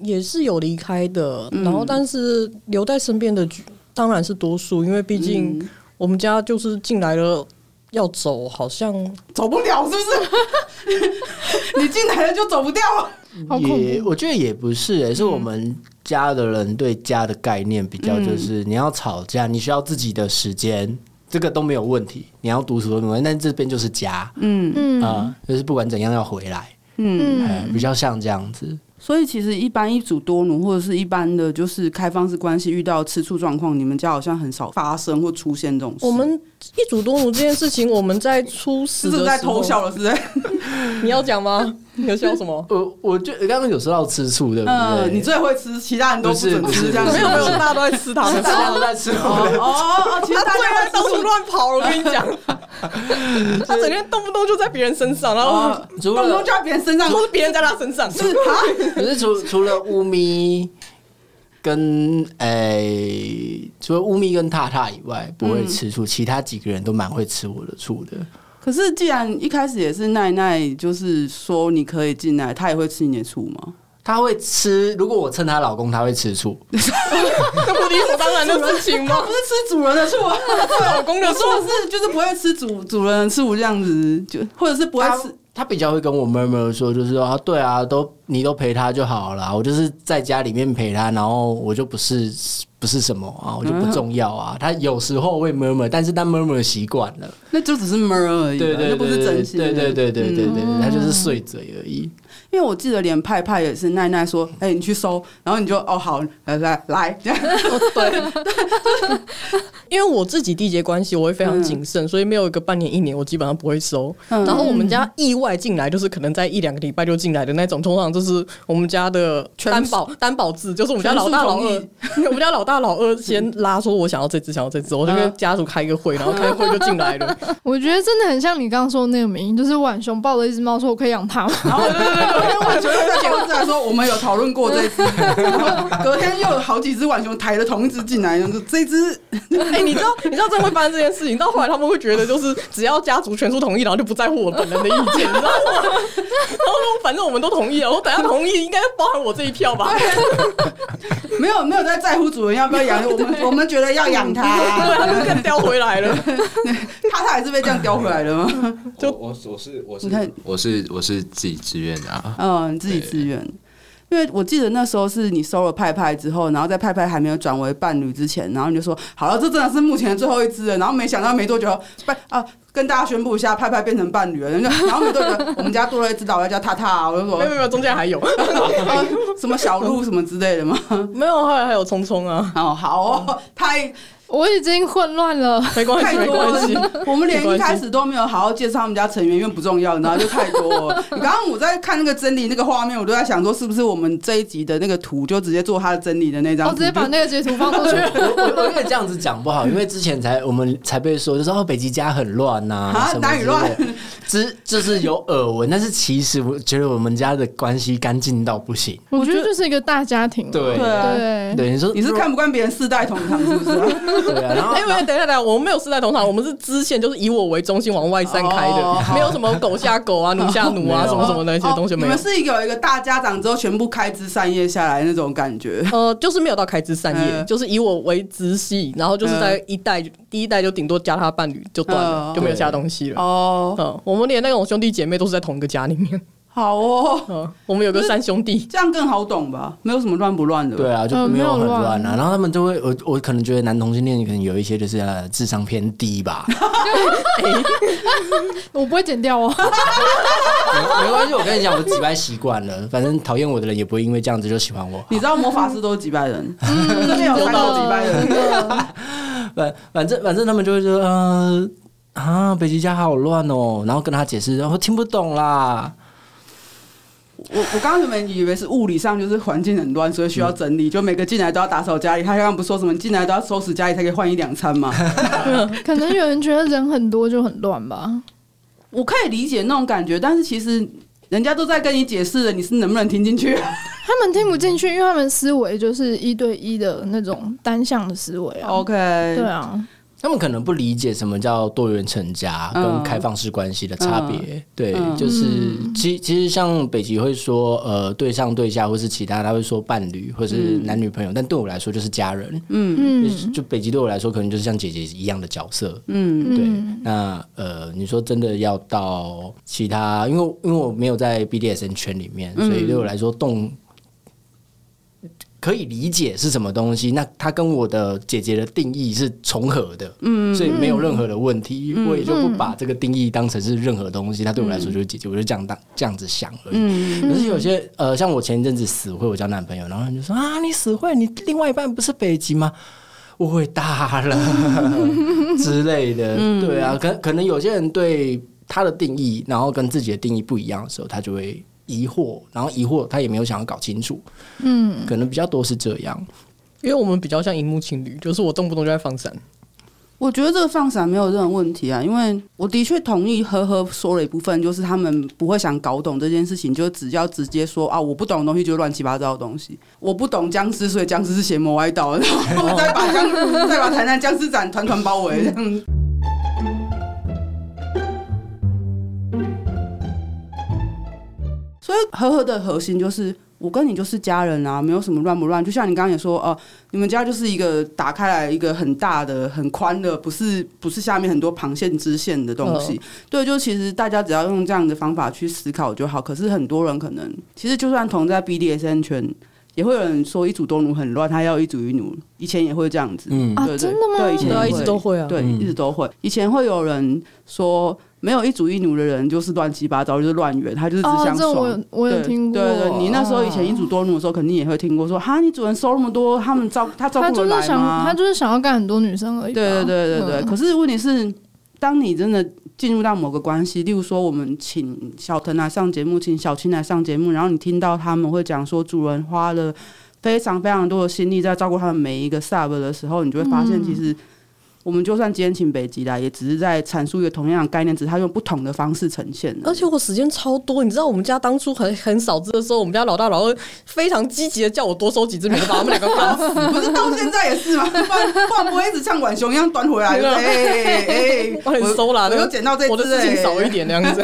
[SPEAKER 1] 也是有离开的，
[SPEAKER 4] 嗯
[SPEAKER 1] 然后但是留在身边的居当然是多数，因为毕竟
[SPEAKER 4] 嗯
[SPEAKER 1] 我们家就是进来了要走，好像
[SPEAKER 4] 走不了是不 是？你进来了就走不掉了。
[SPEAKER 3] 好恐
[SPEAKER 2] 也
[SPEAKER 3] 怖。
[SPEAKER 2] 我觉得也不是、欸，是我们家的人对家的概念比较，就是你要吵架，你需要自己的时间，这个都没有问题，你要独处都没有问题，但这边就是家，
[SPEAKER 4] 嗯
[SPEAKER 2] 啊、
[SPEAKER 3] 嗯
[SPEAKER 2] 就是不管怎样要回来，
[SPEAKER 4] 嗯，
[SPEAKER 2] 哎
[SPEAKER 3] 嗯，
[SPEAKER 2] 比较像这样子。
[SPEAKER 4] 所以其实一般一组多奴或者是一般的就是开放式关系遇到吃醋状况，你们家好像很少发生或出现这种事。
[SPEAKER 1] 我们一组多奴这件事情，我们在初始
[SPEAKER 4] 是不
[SPEAKER 1] 的
[SPEAKER 4] 是
[SPEAKER 1] 时
[SPEAKER 4] 在
[SPEAKER 1] 候
[SPEAKER 4] 偷笑了？是不是？
[SPEAKER 1] 你要讲吗？你要笑什么？
[SPEAKER 2] 我我就刚刚有说到吃醋，对不对？
[SPEAKER 4] 嗯，你最会吃，其他人都不准
[SPEAKER 2] 不
[SPEAKER 4] 吃，
[SPEAKER 2] 是
[SPEAKER 4] 这样
[SPEAKER 2] 不
[SPEAKER 4] 子
[SPEAKER 2] 是
[SPEAKER 1] 没有没有，大家都在吃他
[SPEAKER 2] 大
[SPEAKER 1] 的。
[SPEAKER 2] 家都在吃醋。
[SPEAKER 4] 哦哦，哦 其实
[SPEAKER 1] 他
[SPEAKER 4] 大
[SPEAKER 1] 最
[SPEAKER 4] 家
[SPEAKER 1] 爱到处
[SPEAKER 4] 都
[SPEAKER 1] 乱跑，我跟你讲， 他整天动不动就在别人身上，然 后
[SPEAKER 4] 哦
[SPEAKER 2] 除
[SPEAKER 4] 动不动
[SPEAKER 2] 了
[SPEAKER 4] 就在别人身上
[SPEAKER 1] 都是别人在他身上。
[SPEAKER 4] 是啊，
[SPEAKER 2] 可是除除了乌咪跟诶、除了乌咪跟踏踏以外不会吃醋，其他几个人都蛮会吃我的醋的。
[SPEAKER 4] 可是既然一开始也是奈奈，就是说你可以进来，他也会吃你的醋吗？
[SPEAKER 2] 她会吃，如果我蹭她老公，她会吃醋。
[SPEAKER 1] 这不理所当然的事情吗
[SPEAKER 4] 不？是吃主人的醋 啊，
[SPEAKER 1] 老公的
[SPEAKER 4] 我
[SPEAKER 1] 错
[SPEAKER 4] 说的是就是不会吃主 主人的醋这样子，就或者是不会
[SPEAKER 2] 她
[SPEAKER 4] 吃。
[SPEAKER 2] 她比较会跟我妹妹说，就是说啊，对啊，都你都陪她就好了啦，啊我就是在家里面陪她，然后我就不是不是什么啊，我就不重要
[SPEAKER 4] 嗯
[SPEAKER 2] 啊。她有时候会妹妹，但是她妹妹习惯了，
[SPEAKER 4] 那就只是闷而已啊，
[SPEAKER 2] 对对，
[SPEAKER 4] 那不是真心的。
[SPEAKER 2] 对对对对对
[SPEAKER 4] 嗯
[SPEAKER 2] 对，她就是碎嘴而已。
[SPEAKER 4] 因为我记得连派派也是奈奈说：“哎、你去收。”然后你就哦好，来来来，这样
[SPEAKER 1] 因为我自己缔结关系，我会非常
[SPEAKER 4] 嗯
[SPEAKER 1] 谨慎，所以没有一个半年一年，我基本上不会收。
[SPEAKER 4] 嗯
[SPEAKER 1] 然后我们家意外进来，就是可能在一两个礼拜就进来的那种，通常就是我们家的
[SPEAKER 4] 全
[SPEAKER 1] 担保担保制，就是我们家
[SPEAKER 4] 全
[SPEAKER 1] 老
[SPEAKER 4] 数
[SPEAKER 1] 大老
[SPEAKER 4] 同
[SPEAKER 1] 二
[SPEAKER 4] 意，
[SPEAKER 1] 没 有我们家老大老二先拉说，我想要这只，想要这只，我就
[SPEAKER 4] 嗯
[SPEAKER 1] 跟家属开一个会，然后开会就进来了。
[SPEAKER 3] 我觉得真的很像你刚刚说的那个名，就是浣熊抱着一只猫说：“我可以养它吗
[SPEAKER 4] 然后对对对，隔天浣熊又在节目来说，我们有讨论过这一只，然后隔天又有好几只浣熊抬了同一只进来，就说这一只
[SPEAKER 1] 哎、你知道你知道真的会发生这件事情，到后来他们会觉得就是只要家族全数同意，然后就不在乎我本人的意见，你知道吗？然后说反正我们都同意了，我等下同意应该包含我这一票吧。
[SPEAKER 4] 啊没有没有在在乎主人要不要养，我们我们觉得要养它，
[SPEAKER 1] 对，他啊就是更叼回来了。
[SPEAKER 4] 它它也是被这样叼回来的吗？
[SPEAKER 1] 就
[SPEAKER 5] 我我我是我
[SPEAKER 4] 你看
[SPEAKER 5] 是我是我是自己自愿的啊，
[SPEAKER 4] 嗯，你自己自愿。因为我记得那时候是你收了派派之后，然后在派派还没有转为伴侣之前，然后你就说好了，这真的是目前的最后一只了。然后没想到没多久，派啊跟大家宣布一下，派派变成伴侣了。然后就然后没多久，我们家多了一只老妖叫塔塔，我就说
[SPEAKER 1] 没有没有，中间还有
[SPEAKER 4] 啊 什么小鹿什么之类的吗？
[SPEAKER 1] 没有，后来还有聪聪啊，
[SPEAKER 4] 哦，好哦，太？”
[SPEAKER 3] 我已经混乱了。
[SPEAKER 1] 没关
[SPEAKER 4] 太
[SPEAKER 1] 系没
[SPEAKER 4] 多了
[SPEAKER 1] 关系。
[SPEAKER 4] 我们连
[SPEAKER 1] 没关
[SPEAKER 4] 一
[SPEAKER 1] 系
[SPEAKER 4] 开始都没有好好介绍他们家成员，因为不重要，然后就太 多了。你刚刚我在看那个真理那个画面，我都在想说，是不是我们这一集的那个图就直接做他的真理的那张
[SPEAKER 1] 哦
[SPEAKER 3] 我
[SPEAKER 4] 图？
[SPEAKER 3] 直接把
[SPEAKER 4] 就
[SPEAKER 3] 那个截图放出去。
[SPEAKER 2] 我我我因为这样子讲不好，因为之前才我们才被说，就是哦北极家很乱呐、
[SPEAKER 4] 啊
[SPEAKER 2] 什么
[SPEAKER 4] 哪里
[SPEAKER 2] 之类的，只就是有耳闻，但是其实我觉得我们家的关系干净到不行。
[SPEAKER 3] 我觉得就是一个大家庭。
[SPEAKER 2] 对
[SPEAKER 4] 对啊
[SPEAKER 3] 对，
[SPEAKER 2] 对，你说
[SPEAKER 4] 你是看不惯别人四代同堂是不是、
[SPEAKER 2] 对啊，然后
[SPEAKER 1] 哎，没有，等一下，等一下，我们没有四代同堂，我们是支线，就是以我为中心往外散开
[SPEAKER 4] 哦
[SPEAKER 1] 的，没有什么狗下狗啊、奴下奴啊、
[SPEAKER 2] 没有
[SPEAKER 1] 什么什么的那些东西
[SPEAKER 4] 哦
[SPEAKER 1] 没有
[SPEAKER 4] 你们。是一个有一个大家长之后全部开枝散叶下来那种感觉。
[SPEAKER 1] 呃，就是没有到开枝散叶，
[SPEAKER 4] 嗯
[SPEAKER 1] 就是以我为直系，然后就是在一代、第一代就顶多加他伴侣就断了，
[SPEAKER 4] 嗯
[SPEAKER 1] 就没有其他东西了。
[SPEAKER 4] 哦，
[SPEAKER 1] 嗯，我们连那种兄弟姐妹都是在同一个家里面。
[SPEAKER 4] 好哦，
[SPEAKER 1] 嗯，我们有个三兄弟，
[SPEAKER 4] 这样更好懂吧？没有什么乱不乱的。
[SPEAKER 2] 对，啊，就
[SPEAKER 3] 呃
[SPEAKER 2] 没有
[SPEAKER 3] 没
[SPEAKER 2] 很
[SPEAKER 3] 有
[SPEAKER 2] 乱
[SPEAKER 3] 乱
[SPEAKER 2] 啊。然后他们就会，我我可能觉得男同性恋可能有一些就是、呃、智商偏低吧，
[SPEAKER 3] 我不会剪掉哦。
[SPEAKER 2] 没没关系，我跟你讲，我几拜习惯了，反正讨厌我的人也不会因为这样子就喜欢我。
[SPEAKER 4] 你知道魔法师都是几百人，真 的嗯有三
[SPEAKER 1] 嗯有
[SPEAKER 4] 到
[SPEAKER 1] 道
[SPEAKER 4] 几百人。
[SPEAKER 2] 反反正反正他们就会说，呃啊，北极家好乱哦，然后跟他解释，然后听不懂啦。
[SPEAKER 4] 我我刚刚原本以为是物理上就是环境很乱，所以需要整理，就每个进来都要打扫家里。他刚刚不是说什么你进来都要收拾家里才可以换一两 餐吗？
[SPEAKER 3] 可能有人觉得人很多就很乱吧。
[SPEAKER 4] 我可以理解那种感觉，但是其实人家都在跟你解释了，你是能不能听进 去？
[SPEAKER 3] 他们听不进去，因为他们思维就是一对一的那种单向的思维啊。
[SPEAKER 4] OK，
[SPEAKER 3] 对啊，
[SPEAKER 2] 他们可能不理解什么叫多元成家
[SPEAKER 4] 嗯
[SPEAKER 2] 跟开放式关系的差别。对，
[SPEAKER 4] 嗯
[SPEAKER 2] 就是其其实像北极会说，呃，对上对下或是其他，他会说伴侣或是
[SPEAKER 4] 嗯
[SPEAKER 2] 男女朋友，但对我来说就是家人。
[SPEAKER 3] 嗯
[SPEAKER 2] 就北极对我来说，可能就是像姐姐一样的角色。
[SPEAKER 4] 嗯
[SPEAKER 2] 对，
[SPEAKER 3] 嗯
[SPEAKER 2] 那呃，你说真的要到其他，因为因为我没有在 BDSN 圈里面，所
[SPEAKER 4] 嗯
[SPEAKER 2] 以对我来说动。可以理解是什么东西，那它跟我的姐姐的定义是重合的，嗯，所以没有任何的问题，我也就不把这个定义当成是任何东西，它对我来说就是姐姐，我就这样当这样子想而已。可是有些呃，像我前一阵子死会我交男朋友，然后他就说啊，你死会，你另外一半不是北极吗？误会大了，之类的，对啊，可可能有些人对他的定义，然后跟自己的定义不一样的时候，他就会疑惑，然后疑惑他也没有想要搞清楚，
[SPEAKER 3] 嗯，
[SPEAKER 2] 可能比较多是这样。
[SPEAKER 1] 因为我们比较像荧幕情侣，就是我动不动就在放闪。
[SPEAKER 4] 我觉得这个放闪没有任何问题啊，因为我的确同意呵呵说了一部分，就是他们不会想搞懂这件事情，就只要直接说啊，我不懂的东西就是乱七八糟的东西，我不懂僵尸，所以僵尸是邪魔歪道，然后再把僵再把台南僵尸展团团包围这样。所以呵呵的核心就是。我跟你就是家人啊，没有什么乱不乱。就像你刚刚也说，哦、你们家就是一个打开来一个很大的、很宽的，不是不是下面很多螃蟹支线的东西。对，就其实大家只要用这样的方法去思考就好。可是很多人可能，其实就算同在 BDSN 圈，也会有人说一主多奴很乱，他要一主一奴。以前也会这样子，
[SPEAKER 2] 嗯
[SPEAKER 3] 啊
[SPEAKER 4] 对对
[SPEAKER 3] 真的吗
[SPEAKER 4] 对，以前
[SPEAKER 1] 对啊，
[SPEAKER 4] 也
[SPEAKER 1] 一直都会啊。
[SPEAKER 4] 对，一直都会。以前会有人说，没有一主一奴的人就是乱七八糟，就是乱源，他就是只
[SPEAKER 3] 哦
[SPEAKER 4] 想，
[SPEAKER 3] 这
[SPEAKER 4] 爽。
[SPEAKER 3] 我有我有
[SPEAKER 4] 对
[SPEAKER 3] 听过，哦
[SPEAKER 4] 对对，你那时候以前一组多奴的时候，肯定也会听过说，哈，你主人收那么多，他们照他照
[SPEAKER 3] 他
[SPEAKER 4] 顾
[SPEAKER 3] 就
[SPEAKER 4] 得
[SPEAKER 3] 是
[SPEAKER 4] 来
[SPEAKER 3] 想
[SPEAKER 4] 吗？
[SPEAKER 3] 他就是想要干很多女生而已吧。
[SPEAKER 4] 对对对对对。
[SPEAKER 3] 嗯
[SPEAKER 4] 可是问题是，当你真的进入到某个关系，例如说我们请小腾来上节目，请小青来上节目，然后你听到他们会讲说主人花了非常非常多的心力在照顾他们每一个 sub 的时候，你就会发现其实。我们就算今天请北极来，也只是在阐述一个同样的概念，只是他用不同的方式呈现而已。
[SPEAKER 1] 而且我时间超多，你知道我们家当初很很少只的时候，我们家老大老二非常积极的叫我多收几只免得把他们两个打 死。
[SPEAKER 4] 不是到现在也是吗？不然不然不会一直像浣熊一样端回来，对不对哎哎哎，
[SPEAKER 1] 帮你
[SPEAKER 4] 我
[SPEAKER 1] 收啦，
[SPEAKER 4] 我又捡到这只
[SPEAKER 1] 我的事情
[SPEAKER 4] 哎
[SPEAKER 1] 少一点那样子。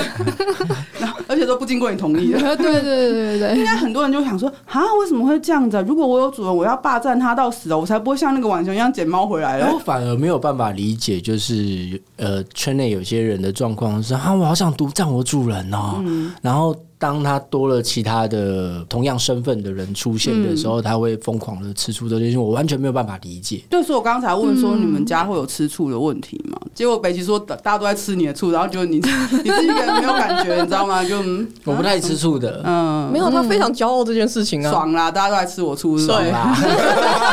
[SPEAKER 4] 而且都不经过你同意的。
[SPEAKER 3] 对 对对对
[SPEAKER 4] 应
[SPEAKER 3] 对，
[SPEAKER 4] 该很多人就想说，啊，为什么会这样子、啊？如果我有主人，我要霸占他到死哦，我才不会像那个浣熊一样捡猫回来
[SPEAKER 2] 然后
[SPEAKER 4] 了。
[SPEAKER 2] 反而没有办法理解，就是呃，圈内有些人的状况是啊，我好想独占我主人哦。然后当他多了其他的同样身份的人出现的时候，他会疯狂的吃出这些东西，我完全没有办法理解。
[SPEAKER 4] 对，所以我刚才问说，你们家会有吃醋的问题吗？结果北极说，大大家都在吃你的醋，然后就你 你自己一个人没有感觉，你知道吗？就嗯
[SPEAKER 2] 我不太吃醋的，
[SPEAKER 4] 嗯，
[SPEAKER 1] 没有，他非常骄傲这件事情啊。
[SPEAKER 4] 爽啦，大家都在吃我醋，是吧
[SPEAKER 1] 爽
[SPEAKER 2] 啦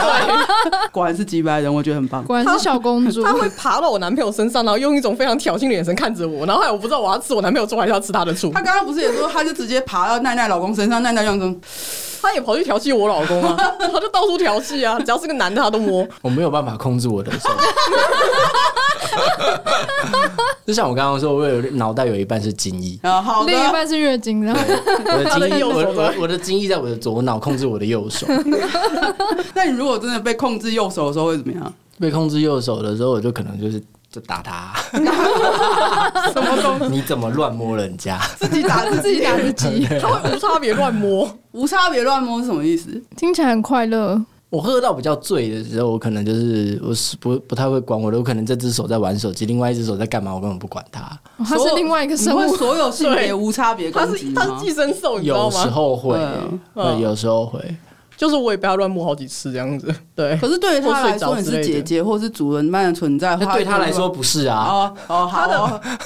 [SPEAKER 4] 果然是几百人，我觉得 很棒。
[SPEAKER 3] 果然是小公 主。
[SPEAKER 1] 他会爬到我男朋友身上，然后用一种非常挑衅的眼神看着我，然后还有我不知道我要吃我男朋友醋还是要吃他的醋
[SPEAKER 4] 他，刚刚不是也说，他就直接爬到奈奈老公身上，奈奈用说，
[SPEAKER 1] 他也跑去调戏我老公啊， 他就到处调戏啊，只要是个男的他都 摸。
[SPEAKER 2] 我没有办法控制我的 手。就像我刚刚说，我有脑袋有一半是精液，
[SPEAKER 4] 啊，好的
[SPEAKER 3] 另，一半是月经，然后
[SPEAKER 2] 我的
[SPEAKER 1] 他 的
[SPEAKER 2] 精液，
[SPEAKER 1] 右手
[SPEAKER 2] 我的
[SPEAKER 1] 在
[SPEAKER 2] 我我的精液在我的左脑控制我的右手，
[SPEAKER 4] 那你如果真的被控制右手的时候会怎么样？
[SPEAKER 2] 被控制右手的时候，我就可能就是就打他。
[SPEAKER 4] 什么东西？
[SPEAKER 2] 你怎么乱摸人家？
[SPEAKER 4] 自己打自己打自己，
[SPEAKER 1] 他会无差别乱摸，
[SPEAKER 4] 无差别乱摸是什么意思？
[SPEAKER 3] 听起来很快乐。
[SPEAKER 2] 我喝到比较醉的时候，我可能就是我是不不太会管我的，我可能这只手在玩手机，另外一只手在干嘛，我根本不管它。
[SPEAKER 3] 哦他是另外一个生
[SPEAKER 4] 所有
[SPEAKER 3] 物
[SPEAKER 4] 你会，所有性别无差别
[SPEAKER 1] 他
[SPEAKER 4] 攻击
[SPEAKER 1] 是
[SPEAKER 4] 吗
[SPEAKER 1] 他是寄生
[SPEAKER 4] 哦
[SPEAKER 1] 兽，你知道
[SPEAKER 2] 有时
[SPEAKER 1] 吗？
[SPEAKER 2] 候会，
[SPEAKER 4] 嗯
[SPEAKER 2] 会有时候会。
[SPEAKER 1] 就是我也被他乱摸好几次这样子，对。
[SPEAKER 4] 可是对于他来
[SPEAKER 1] 或
[SPEAKER 4] 说，你
[SPEAKER 1] 睡着之类的
[SPEAKER 4] 是姐姐或是主人般的存在，
[SPEAKER 2] 那对他来说
[SPEAKER 4] 会
[SPEAKER 2] 不是
[SPEAKER 4] 不会，
[SPEAKER 2] 啊，
[SPEAKER 4] 哦哦，
[SPEAKER 1] 他
[SPEAKER 4] 好
[SPEAKER 1] 的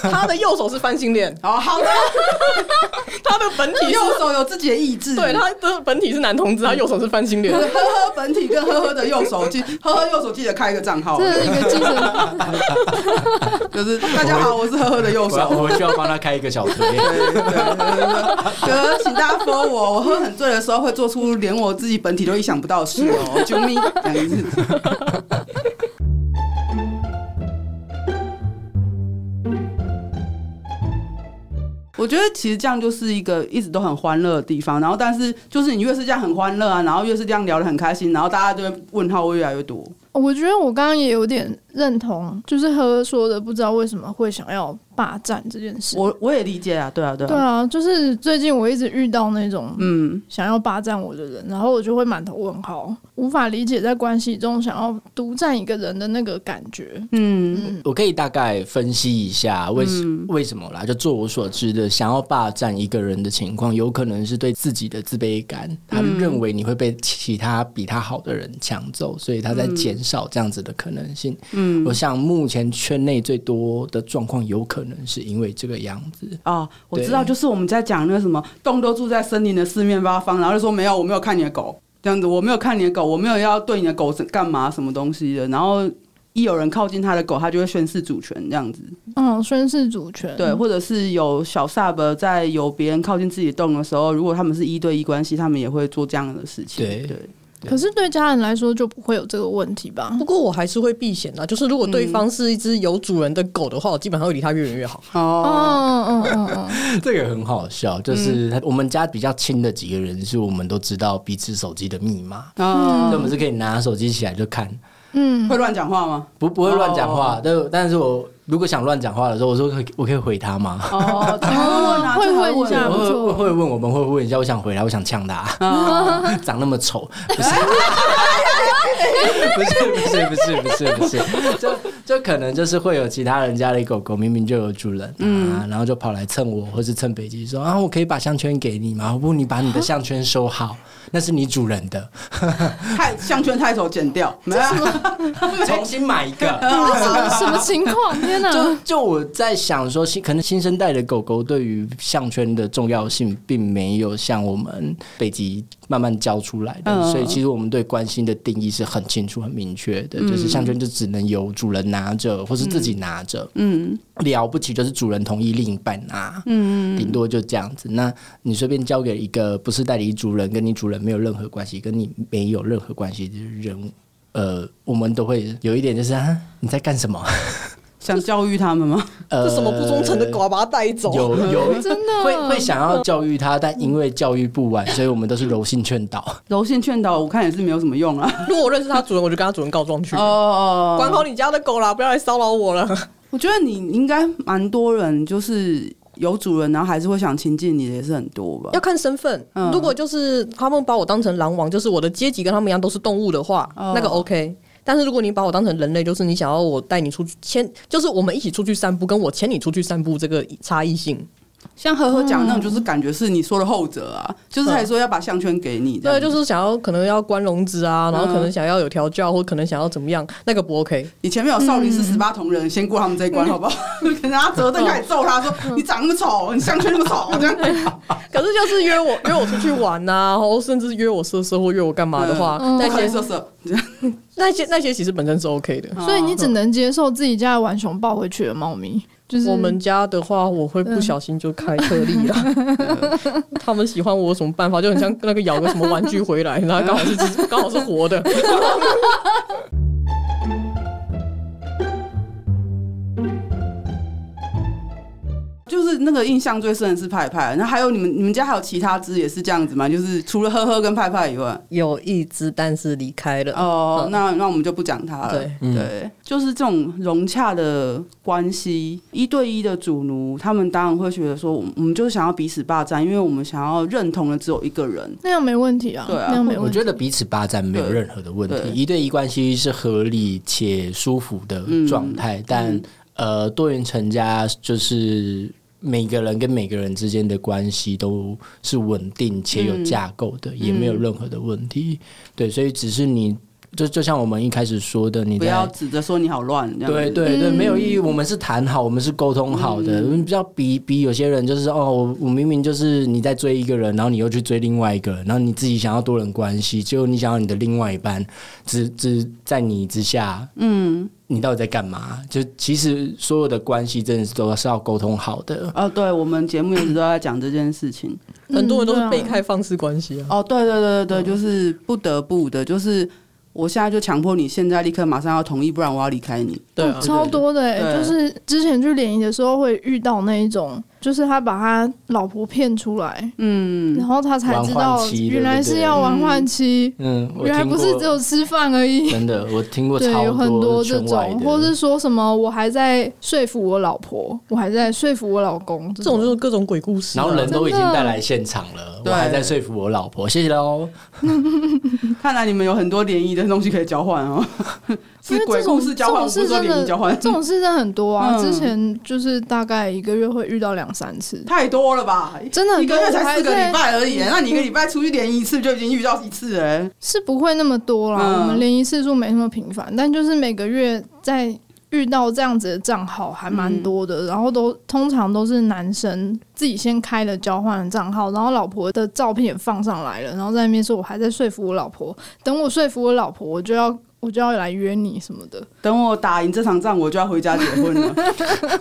[SPEAKER 4] 的，
[SPEAKER 1] 他的右手是翻新恋，
[SPEAKER 4] 好好的，
[SPEAKER 1] 他的本体是
[SPEAKER 4] 右手有自己的意志，
[SPEAKER 1] 对他的本体是男同志，他右手是翻新脸
[SPEAKER 4] 呵。呵本体跟呵呵的右手记，呵呵右手记得开一个账 号，
[SPEAKER 3] 这是一个精神。
[SPEAKER 4] 就是大家好，我是呵呵的右
[SPEAKER 2] 我要啊
[SPEAKER 4] 手。
[SPEAKER 2] 我需要帮他开一个小 推。
[SPEAKER 4] 就是请大家说我，我喝很醉的时候会做出连我自己本体都意想不到的事哦，救命！这样子。我 我觉得其实这样就是一个一直都很欢乐的地方，然后但是就是你越是这样很欢乐啊，然后越是这样聊得很开心，然后大家就会问号会越来越多。
[SPEAKER 3] 我觉得我刚刚也有点认同，就是呵呵说的，不知道为什么会想要霸占这件事。
[SPEAKER 4] 我我也理解啊，对啊，对啊，
[SPEAKER 3] 对啊，就是最近我一直遇到那种
[SPEAKER 4] 嗯，
[SPEAKER 3] 想要霸占我的人，然后我就会满头问号，无法理解在关系中想要独占一个人的那个感觉。
[SPEAKER 4] 嗯，
[SPEAKER 2] 我可以大概分析一下为、为什么啦。就做我所知的，想要霸占一个人的情况，有可能是对自己的自卑感，他认为你会被其他比他好的人抢走，所以他在减少这样子的可能性。嗯，我想目前圈内最多的状况，有可能是因为这个样子。
[SPEAKER 4] 哦，我
[SPEAKER 2] 对
[SPEAKER 4] 知道，就是我们在讲那个什么，动都住在森林的四面八方，然后就说没有，我没有看你的狗，这样子，我没有看你的狗，我没有要对你的狗干嘛什么东西的，然后。一有人靠近他的狗，他就会宣示主权这样子，
[SPEAKER 3] 嗯，宣誓主权。
[SPEAKER 2] 嗯
[SPEAKER 4] 对，或者是有小 sub 在有别人靠近自己的洞的时候，如果他们是一对一关系，他们也会做这样的事情。
[SPEAKER 2] 对
[SPEAKER 4] 对，
[SPEAKER 3] 可是对家人来说就不会有这个问题吧
[SPEAKER 1] 不？过我还是会避嫌啊，就是如果对方是一只有主人的狗的话，我基本上会离它越远越好。
[SPEAKER 4] 哦，
[SPEAKER 3] 嗯嗯嗯嗯，
[SPEAKER 2] 这个很好笑，就是他我们家比较亲的几个人，是我们都知道彼此手机的密码，
[SPEAKER 4] 啊
[SPEAKER 2] 所以我们是可以拿手机起来就看，
[SPEAKER 3] 嗯
[SPEAKER 4] 会乱讲话吗？
[SPEAKER 2] 不不会乱讲话
[SPEAKER 4] 哦。
[SPEAKER 2] 但、但是我如果想乱讲话的时候，我说可以我可以回他吗？
[SPEAKER 4] 哦，这还 会问啊，
[SPEAKER 3] 会
[SPEAKER 4] 这还
[SPEAKER 3] 问一下
[SPEAKER 2] 我
[SPEAKER 3] 不
[SPEAKER 2] 会
[SPEAKER 3] 错
[SPEAKER 2] 会会问我们会问一下，我想回来，我想呛他， 长那么丑，不是。 不是不是不是不是不是，就就可能就是会有其他人家的狗狗明明就有主人啊，然后就跑来蹭我，或是蹭北极说啊，我可以把项圈给你吗？不，你把你的项圈收好，那是你主人的，
[SPEAKER 4] 太项圈太丑，剪掉，没有啊，
[SPEAKER 2] 重新买一个。
[SPEAKER 3] 这什么什么情况？天
[SPEAKER 2] 就
[SPEAKER 3] 哪！
[SPEAKER 2] 就我在想说，新可能新生代的狗狗对于项圈的重要性，并没有像我们北极慢慢教出来的，
[SPEAKER 4] 嗯
[SPEAKER 2] 所以其实我们对关心的定义是很清楚、很明确的，
[SPEAKER 4] 嗯
[SPEAKER 2] 就是项圈就只能由主人拿着，或是自己拿着。
[SPEAKER 4] 嗯
[SPEAKER 2] 了不起就是主人同意另一半拿，
[SPEAKER 4] 嗯，
[SPEAKER 2] 顶多就这样子。那你随便交给一个不是代理主人，跟你主人没有任何关系，跟你没有任何关系的人，呃，我们都会有一点就是啊，你在干什么？
[SPEAKER 4] 想教育他们吗？
[SPEAKER 2] 呃，
[SPEAKER 1] 这什么不忠诚的狗啊，把它带走。
[SPEAKER 2] 有 有
[SPEAKER 3] 真的
[SPEAKER 2] 会会想要教育他，但因为教育 不完，所以我们都是柔性劝导。
[SPEAKER 4] 柔性劝导，我看也是没有什么用啊。
[SPEAKER 1] 如果我认识它主人，我就跟它主人告状去。
[SPEAKER 4] 哦
[SPEAKER 1] 管好你家的狗啦，不要来骚扰我了。
[SPEAKER 4] 我觉得你应该蛮多人，就是有主人，然后还是会想亲近你的，也是很多吧
[SPEAKER 1] 要。看身份，
[SPEAKER 4] 嗯
[SPEAKER 1] 如果就是他们把我当成狼王，就是我的阶级跟他们一样都是动物的话，
[SPEAKER 4] 哦
[SPEAKER 1] 那个 OK。但是如果你把我当成人类，就是你想要我带你出去牵，就是我们一起出去散步，跟我牵你出去散步这个差异性，
[SPEAKER 4] 像呵呵讲那种，就是感觉是你说的后者啊，就是还说要把项圈给你这
[SPEAKER 1] 对，
[SPEAKER 4] 样子，
[SPEAKER 1] 就是想要可能要关笼子啊，然后
[SPEAKER 4] 嗯
[SPEAKER 1] 可能想要有调教，或可能想要怎么样，那个不 OK。
[SPEAKER 4] 你前面有少林寺十八铜人，先过他们这一关好不 好？可能他折凳开始揍他说：“你长那么丑，你项圈那么丑。”这样
[SPEAKER 1] 可是就是约我约我出去玩呐、然后甚至约我色色或约我干嘛的话，
[SPEAKER 3] 嗯
[SPEAKER 1] 那
[SPEAKER 4] 不可以
[SPEAKER 1] 些
[SPEAKER 4] 色色。
[SPEAKER 1] 那些那些其实本身是 OK 的。
[SPEAKER 3] 所以你只能接受自己家的浣熊抱回去的猫咪，就是
[SPEAKER 1] 我们家的话，我会不小心就开特例 啊。他们喜欢我有什么办法？就很像那个咬个什么玩具回来，然后刚好是只刚好是活的。
[SPEAKER 4] 就是那个印象最深的是派派，那还有你们你们家还有其他只也是这样子吗？就是除了呵呵跟派派以外，
[SPEAKER 1] 有一只，但是离开了。
[SPEAKER 4] 哦，
[SPEAKER 1] 嗯
[SPEAKER 4] 那那我们就不讲它了。
[SPEAKER 1] 对
[SPEAKER 4] 对，就是这种融洽的关系，一对一的主奴，他们当然会觉得说，我们我们就是想要彼此霸占，因为我们想要认同的只有一个人。
[SPEAKER 3] 那样没问题啊，
[SPEAKER 4] 对啊
[SPEAKER 3] 那样没
[SPEAKER 2] 我
[SPEAKER 3] 问题。
[SPEAKER 2] 觉得彼此霸占没有任何的问题
[SPEAKER 4] 对，
[SPEAKER 2] 一对一关系是合理且舒服的状态，
[SPEAKER 1] 嗯
[SPEAKER 2] 但呃，多元成家就是。每个人跟每个人之间的关系都是稳定且有架构
[SPEAKER 1] 嗯
[SPEAKER 2] 的，也没有任何的问题。对，所以只是你就就像我们一开始说的，你
[SPEAKER 4] 不
[SPEAKER 2] 在
[SPEAKER 4] 要指着说你好乱，这样子嗯
[SPEAKER 2] 对对对，
[SPEAKER 3] 嗯
[SPEAKER 2] 没有意义。我们是谈好，我们是沟通好的。我们比较比比有些人就是哦，我我明明就是你在追一个人，然后你又去追另外一个人，然后你自己想要多人关系，结果你想要你的另外一半只只在你之下，嗯，你到底在干嘛？就其实所有的关系真的是都是要沟通好的。
[SPEAKER 4] 哦，对，我们节目一直都在讲这件事情。
[SPEAKER 1] 很多人都
[SPEAKER 3] 嗯
[SPEAKER 1] 是
[SPEAKER 3] 对
[SPEAKER 1] 被
[SPEAKER 3] 啊
[SPEAKER 1] 开放式关系啊。
[SPEAKER 4] 哦，对对对
[SPEAKER 3] 嗯
[SPEAKER 4] 对对，就是不得不的，就是我现在就强迫你现在立刻马上要同意，不然我要离开你。
[SPEAKER 1] 对啊，
[SPEAKER 3] 哦超多的、欸，
[SPEAKER 4] 对
[SPEAKER 3] 就是之前去联谊的时候会遇到那一种就是他把他老婆骗出来，然
[SPEAKER 4] 嗯，
[SPEAKER 3] 后他才知道
[SPEAKER 2] 玩换妻
[SPEAKER 3] 原来是要玩换妻，
[SPEAKER 2] 嗯，我
[SPEAKER 3] 原来
[SPEAKER 2] 听
[SPEAKER 3] 不
[SPEAKER 2] 过，
[SPEAKER 3] 是只有吃饭而已。
[SPEAKER 2] 真的，我听过
[SPEAKER 3] 对，
[SPEAKER 2] 超
[SPEAKER 3] 有很多这
[SPEAKER 2] 圈外
[SPEAKER 3] 种，
[SPEAKER 2] 的，
[SPEAKER 3] 或是说什么我还在说服我老婆，我还在说服我老公，
[SPEAKER 1] 这种就是各种鬼故事啊、
[SPEAKER 2] 然后人都已经
[SPEAKER 3] 真的
[SPEAKER 2] 带来现场了，我
[SPEAKER 4] 对
[SPEAKER 2] 还在说服我老婆，谢谢
[SPEAKER 3] 哦
[SPEAKER 2] 喽。
[SPEAKER 4] 看来你们有很多联谊的东西可以交换哦，
[SPEAKER 3] 因
[SPEAKER 4] 是
[SPEAKER 3] 为
[SPEAKER 4] 鬼
[SPEAKER 3] 这种
[SPEAKER 4] 故事交
[SPEAKER 3] 这
[SPEAKER 4] 换，
[SPEAKER 3] 种
[SPEAKER 4] 不是
[SPEAKER 3] 事
[SPEAKER 4] 说
[SPEAKER 3] 真
[SPEAKER 4] 联
[SPEAKER 3] 的
[SPEAKER 4] 谊交换，
[SPEAKER 3] 这种事真的很多啊。
[SPEAKER 4] 嗯
[SPEAKER 3] 之前就是大概一个月会遇到两三次，
[SPEAKER 4] 太多了吧？哎
[SPEAKER 3] 真 的很
[SPEAKER 4] 一
[SPEAKER 3] 多
[SPEAKER 4] 个月才四个
[SPEAKER 3] 我还在
[SPEAKER 4] 礼拜而已，那你一个礼拜出去联谊一次就已经遇到一次了。欸
[SPEAKER 3] 是不会那么多啦。
[SPEAKER 4] 嗯
[SPEAKER 3] 我们联谊次数没那么频繁，但就是每个月在遇到这样子的账号还蛮
[SPEAKER 2] 嗯
[SPEAKER 3] 多的，然后都通常都是男生自己先开了交换的账号，然后老婆的照片也放上来了，然后在那边说我还在说服我老婆，等我说服我老婆，我就要我就要来约你什么的。
[SPEAKER 4] 等我打赢这场仗，我就要回家结婚了。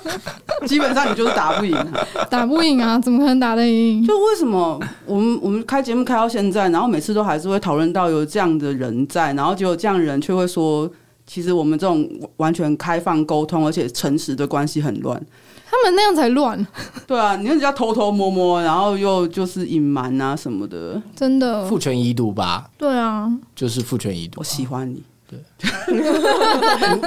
[SPEAKER 4] 基本上你就是打不赢、啊。
[SPEAKER 3] 打不 赢啊，怎么可能打得赢？
[SPEAKER 4] 就为什么我们我们开节目开到现在，然后每次都还是会讨论到有这样的人在，然后结果这样的人却会说，其实我们这种完全开放沟通而且诚实的关系很乱。
[SPEAKER 3] 他们那样才乱，
[SPEAKER 4] 对啊，你人家偷偷摸摸，然后又就是隐瞒啊什么的。
[SPEAKER 3] 真的。
[SPEAKER 2] 父权遗毒吧，
[SPEAKER 3] 对啊，
[SPEAKER 2] 就是父权遗毒
[SPEAKER 4] 我。喜欢你，
[SPEAKER 2] 你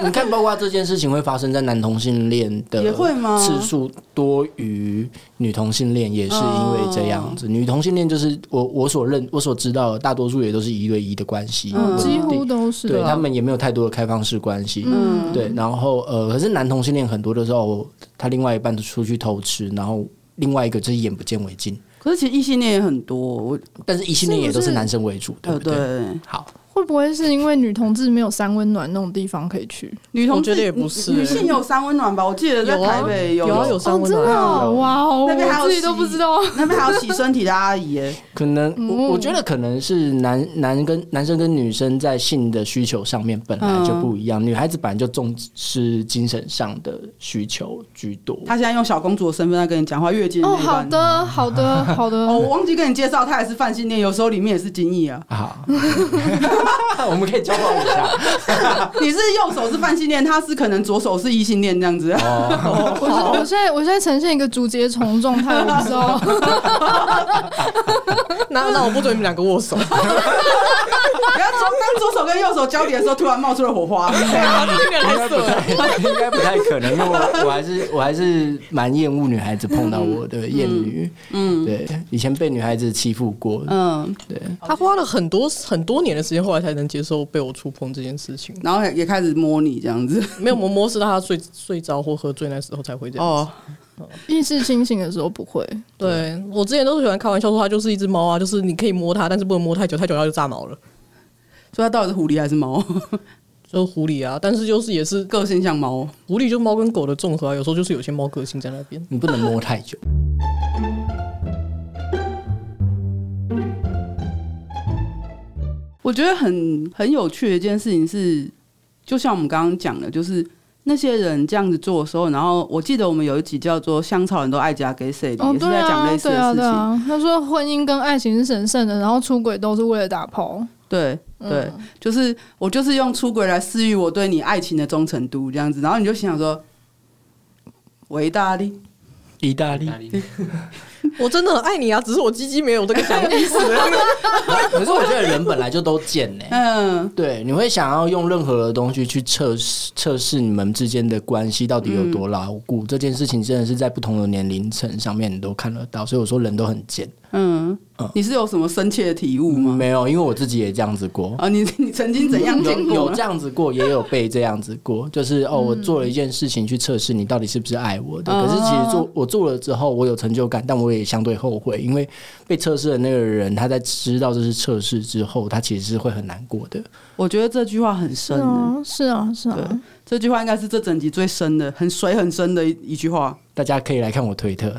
[SPEAKER 2] 你看，包括这件事情会发生在男同性恋的
[SPEAKER 4] 也会吗
[SPEAKER 2] 次数多于女同性恋，也是因为这样子。女同性恋就是我我所认我所知道的，大多数也都是一对一的关系，稳
[SPEAKER 3] 几
[SPEAKER 2] 定
[SPEAKER 3] 乎都是
[SPEAKER 2] 嗯对
[SPEAKER 3] 啊
[SPEAKER 2] 他们也没有太多的开放式关系。
[SPEAKER 3] 嗯，
[SPEAKER 2] 对，然后呃，可是男同性恋很多的时候，他另外一半出去偷吃，然后另外一个就是眼不见为净。
[SPEAKER 4] 可是其实异性恋也很多，我
[SPEAKER 2] 但是异性恋也都是
[SPEAKER 3] 是不是
[SPEAKER 2] 男生为主，对
[SPEAKER 4] 呃
[SPEAKER 2] 不对？
[SPEAKER 4] 对，
[SPEAKER 2] 好，
[SPEAKER 3] 会不会是因为女同志没有三温暖那种地方可以去？
[SPEAKER 4] 女同
[SPEAKER 1] 我觉
[SPEAKER 4] 志
[SPEAKER 1] 得也不是
[SPEAKER 4] 女女性也有三温暖吧？我记得在
[SPEAKER 1] 有啊
[SPEAKER 4] 台北有
[SPEAKER 1] 有啊有三温
[SPEAKER 3] 真
[SPEAKER 1] 暖
[SPEAKER 3] 的
[SPEAKER 1] 啊、
[SPEAKER 3] 哦、哇哦，
[SPEAKER 4] 那边还有
[SPEAKER 3] 我自己都
[SPEAKER 4] 洗
[SPEAKER 3] 不知道。
[SPEAKER 4] 那边还有洗身体的阿 姨耶，
[SPEAKER 2] 可能我我觉得可能是男男跟男生跟女生在性的需求上面本来就不一样，女孩子本来就重视精神上的需求居多。。
[SPEAKER 4] 她现在用小公主的身份在跟你讲话，月经
[SPEAKER 3] 哦，
[SPEAKER 4] 那一
[SPEAKER 3] 好
[SPEAKER 4] 段。
[SPEAKER 3] 的，好的， 好
[SPEAKER 4] 哦，
[SPEAKER 3] 的。
[SPEAKER 4] 我忘记跟你介绍，她也是泛性恋，有时候里面也是精液 啊
[SPEAKER 2] 好， 我们可以交换一 下。
[SPEAKER 4] 你是右手是泛性恋，她是可能左手是异性恋这样
[SPEAKER 1] 哦
[SPEAKER 4] 子。
[SPEAKER 2] 哦
[SPEAKER 3] 我是我现在我现在呈现一个竹节虫状态，我不知道。
[SPEAKER 1] 那那我不准你们两个握 手，
[SPEAKER 4] 然后左当左手跟右手交叠的时候，突然冒出了火 花。
[SPEAKER 1] 嗯
[SPEAKER 2] 应该不太，应该不太可能，因为我我 还是我还是蛮厌恶女孩子碰到我的厌女，嗯，对，以前被女孩子欺负过，
[SPEAKER 4] 嗯，
[SPEAKER 2] 对，
[SPEAKER 1] 他花了很多很多年的时间，后来才能接受被我触碰这件事情。
[SPEAKER 4] 然后也也开始摸你这样子。
[SPEAKER 1] 没有，摸摸是他睡睡着或喝醉那时候才会这样。
[SPEAKER 4] 哦，
[SPEAKER 3] 意识清醒的时候不会，
[SPEAKER 1] 对我之前都是喜欢开玩笑说它就是一只猫啊，就是你可以摸它，但是不能摸太久，太久它就炸毛了，
[SPEAKER 4] 所以她到底是狐狸还是猫？
[SPEAKER 1] 就是狐狸啊。但是就是也是
[SPEAKER 4] 个性像猫。
[SPEAKER 1] 狐狸，就猫跟狗的综合啊，有时候就是有些猫个性在那边。
[SPEAKER 2] 你不能摸太久。
[SPEAKER 4] 我觉得很很有趣的一件事情是，就像我们刚刚讲的，就是那些人这样子做的时候，然后我记得我们有一集叫做“香草人都爱嫁给谁”，
[SPEAKER 3] 哦
[SPEAKER 4] 也，是
[SPEAKER 3] 对
[SPEAKER 4] 在讲
[SPEAKER 3] 啊，
[SPEAKER 4] 类似
[SPEAKER 3] 对
[SPEAKER 4] 的
[SPEAKER 3] 啊，
[SPEAKER 4] 事
[SPEAKER 3] 对
[SPEAKER 4] 情。
[SPEAKER 3] 啊。他说婚姻跟爱情是神圣的，然后出轨都是为了打炮。
[SPEAKER 4] 对
[SPEAKER 3] 嗯
[SPEAKER 4] 对，就是我就是用出轨来私喻我对你爱情的忠诚度这样子，然后你就心想说，维大利，
[SPEAKER 2] 意大利，
[SPEAKER 1] 我真的很爱你啊，只是我鸡鸡没有这个想意思。 ，
[SPEAKER 2] 可是我觉得人本来就都贱呢、
[SPEAKER 4] 嗯，
[SPEAKER 2] 对，你会想要用任何的东西去测试测试你们之间的关系到底有多牢固，这件事情真的是在不同的年龄层上面你都看得到，所以我说人都很贱。
[SPEAKER 4] 嗯，你是有什么深切的体悟吗？
[SPEAKER 2] 没有，因为我自己也这样子 过，
[SPEAKER 4] 啊，你你曾经怎样
[SPEAKER 2] 有
[SPEAKER 4] 经
[SPEAKER 2] 有
[SPEAKER 4] 过
[SPEAKER 2] 这
[SPEAKER 4] 呢？
[SPEAKER 2] 样子过，也有被这样子过，就是哦，我做了一件事情去测试你到底是不是爱我的。可是其实做我做了之后，我有成就感，但我也相对后悔，因为被测试的那个人他在知道这是测试之后，他其实是会很难过的。
[SPEAKER 4] 我觉得这句话很
[SPEAKER 3] 是
[SPEAKER 4] 深、
[SPEAKER 3] 啊，是啊，是
[SPEAKER 4] 对
[SPEAKER 3] 啊。
[SPEAKER 4] 这句话应该是这整集最深的，很水很深的一一句话。
[SPEAKER 2] 大家可以来看我推特，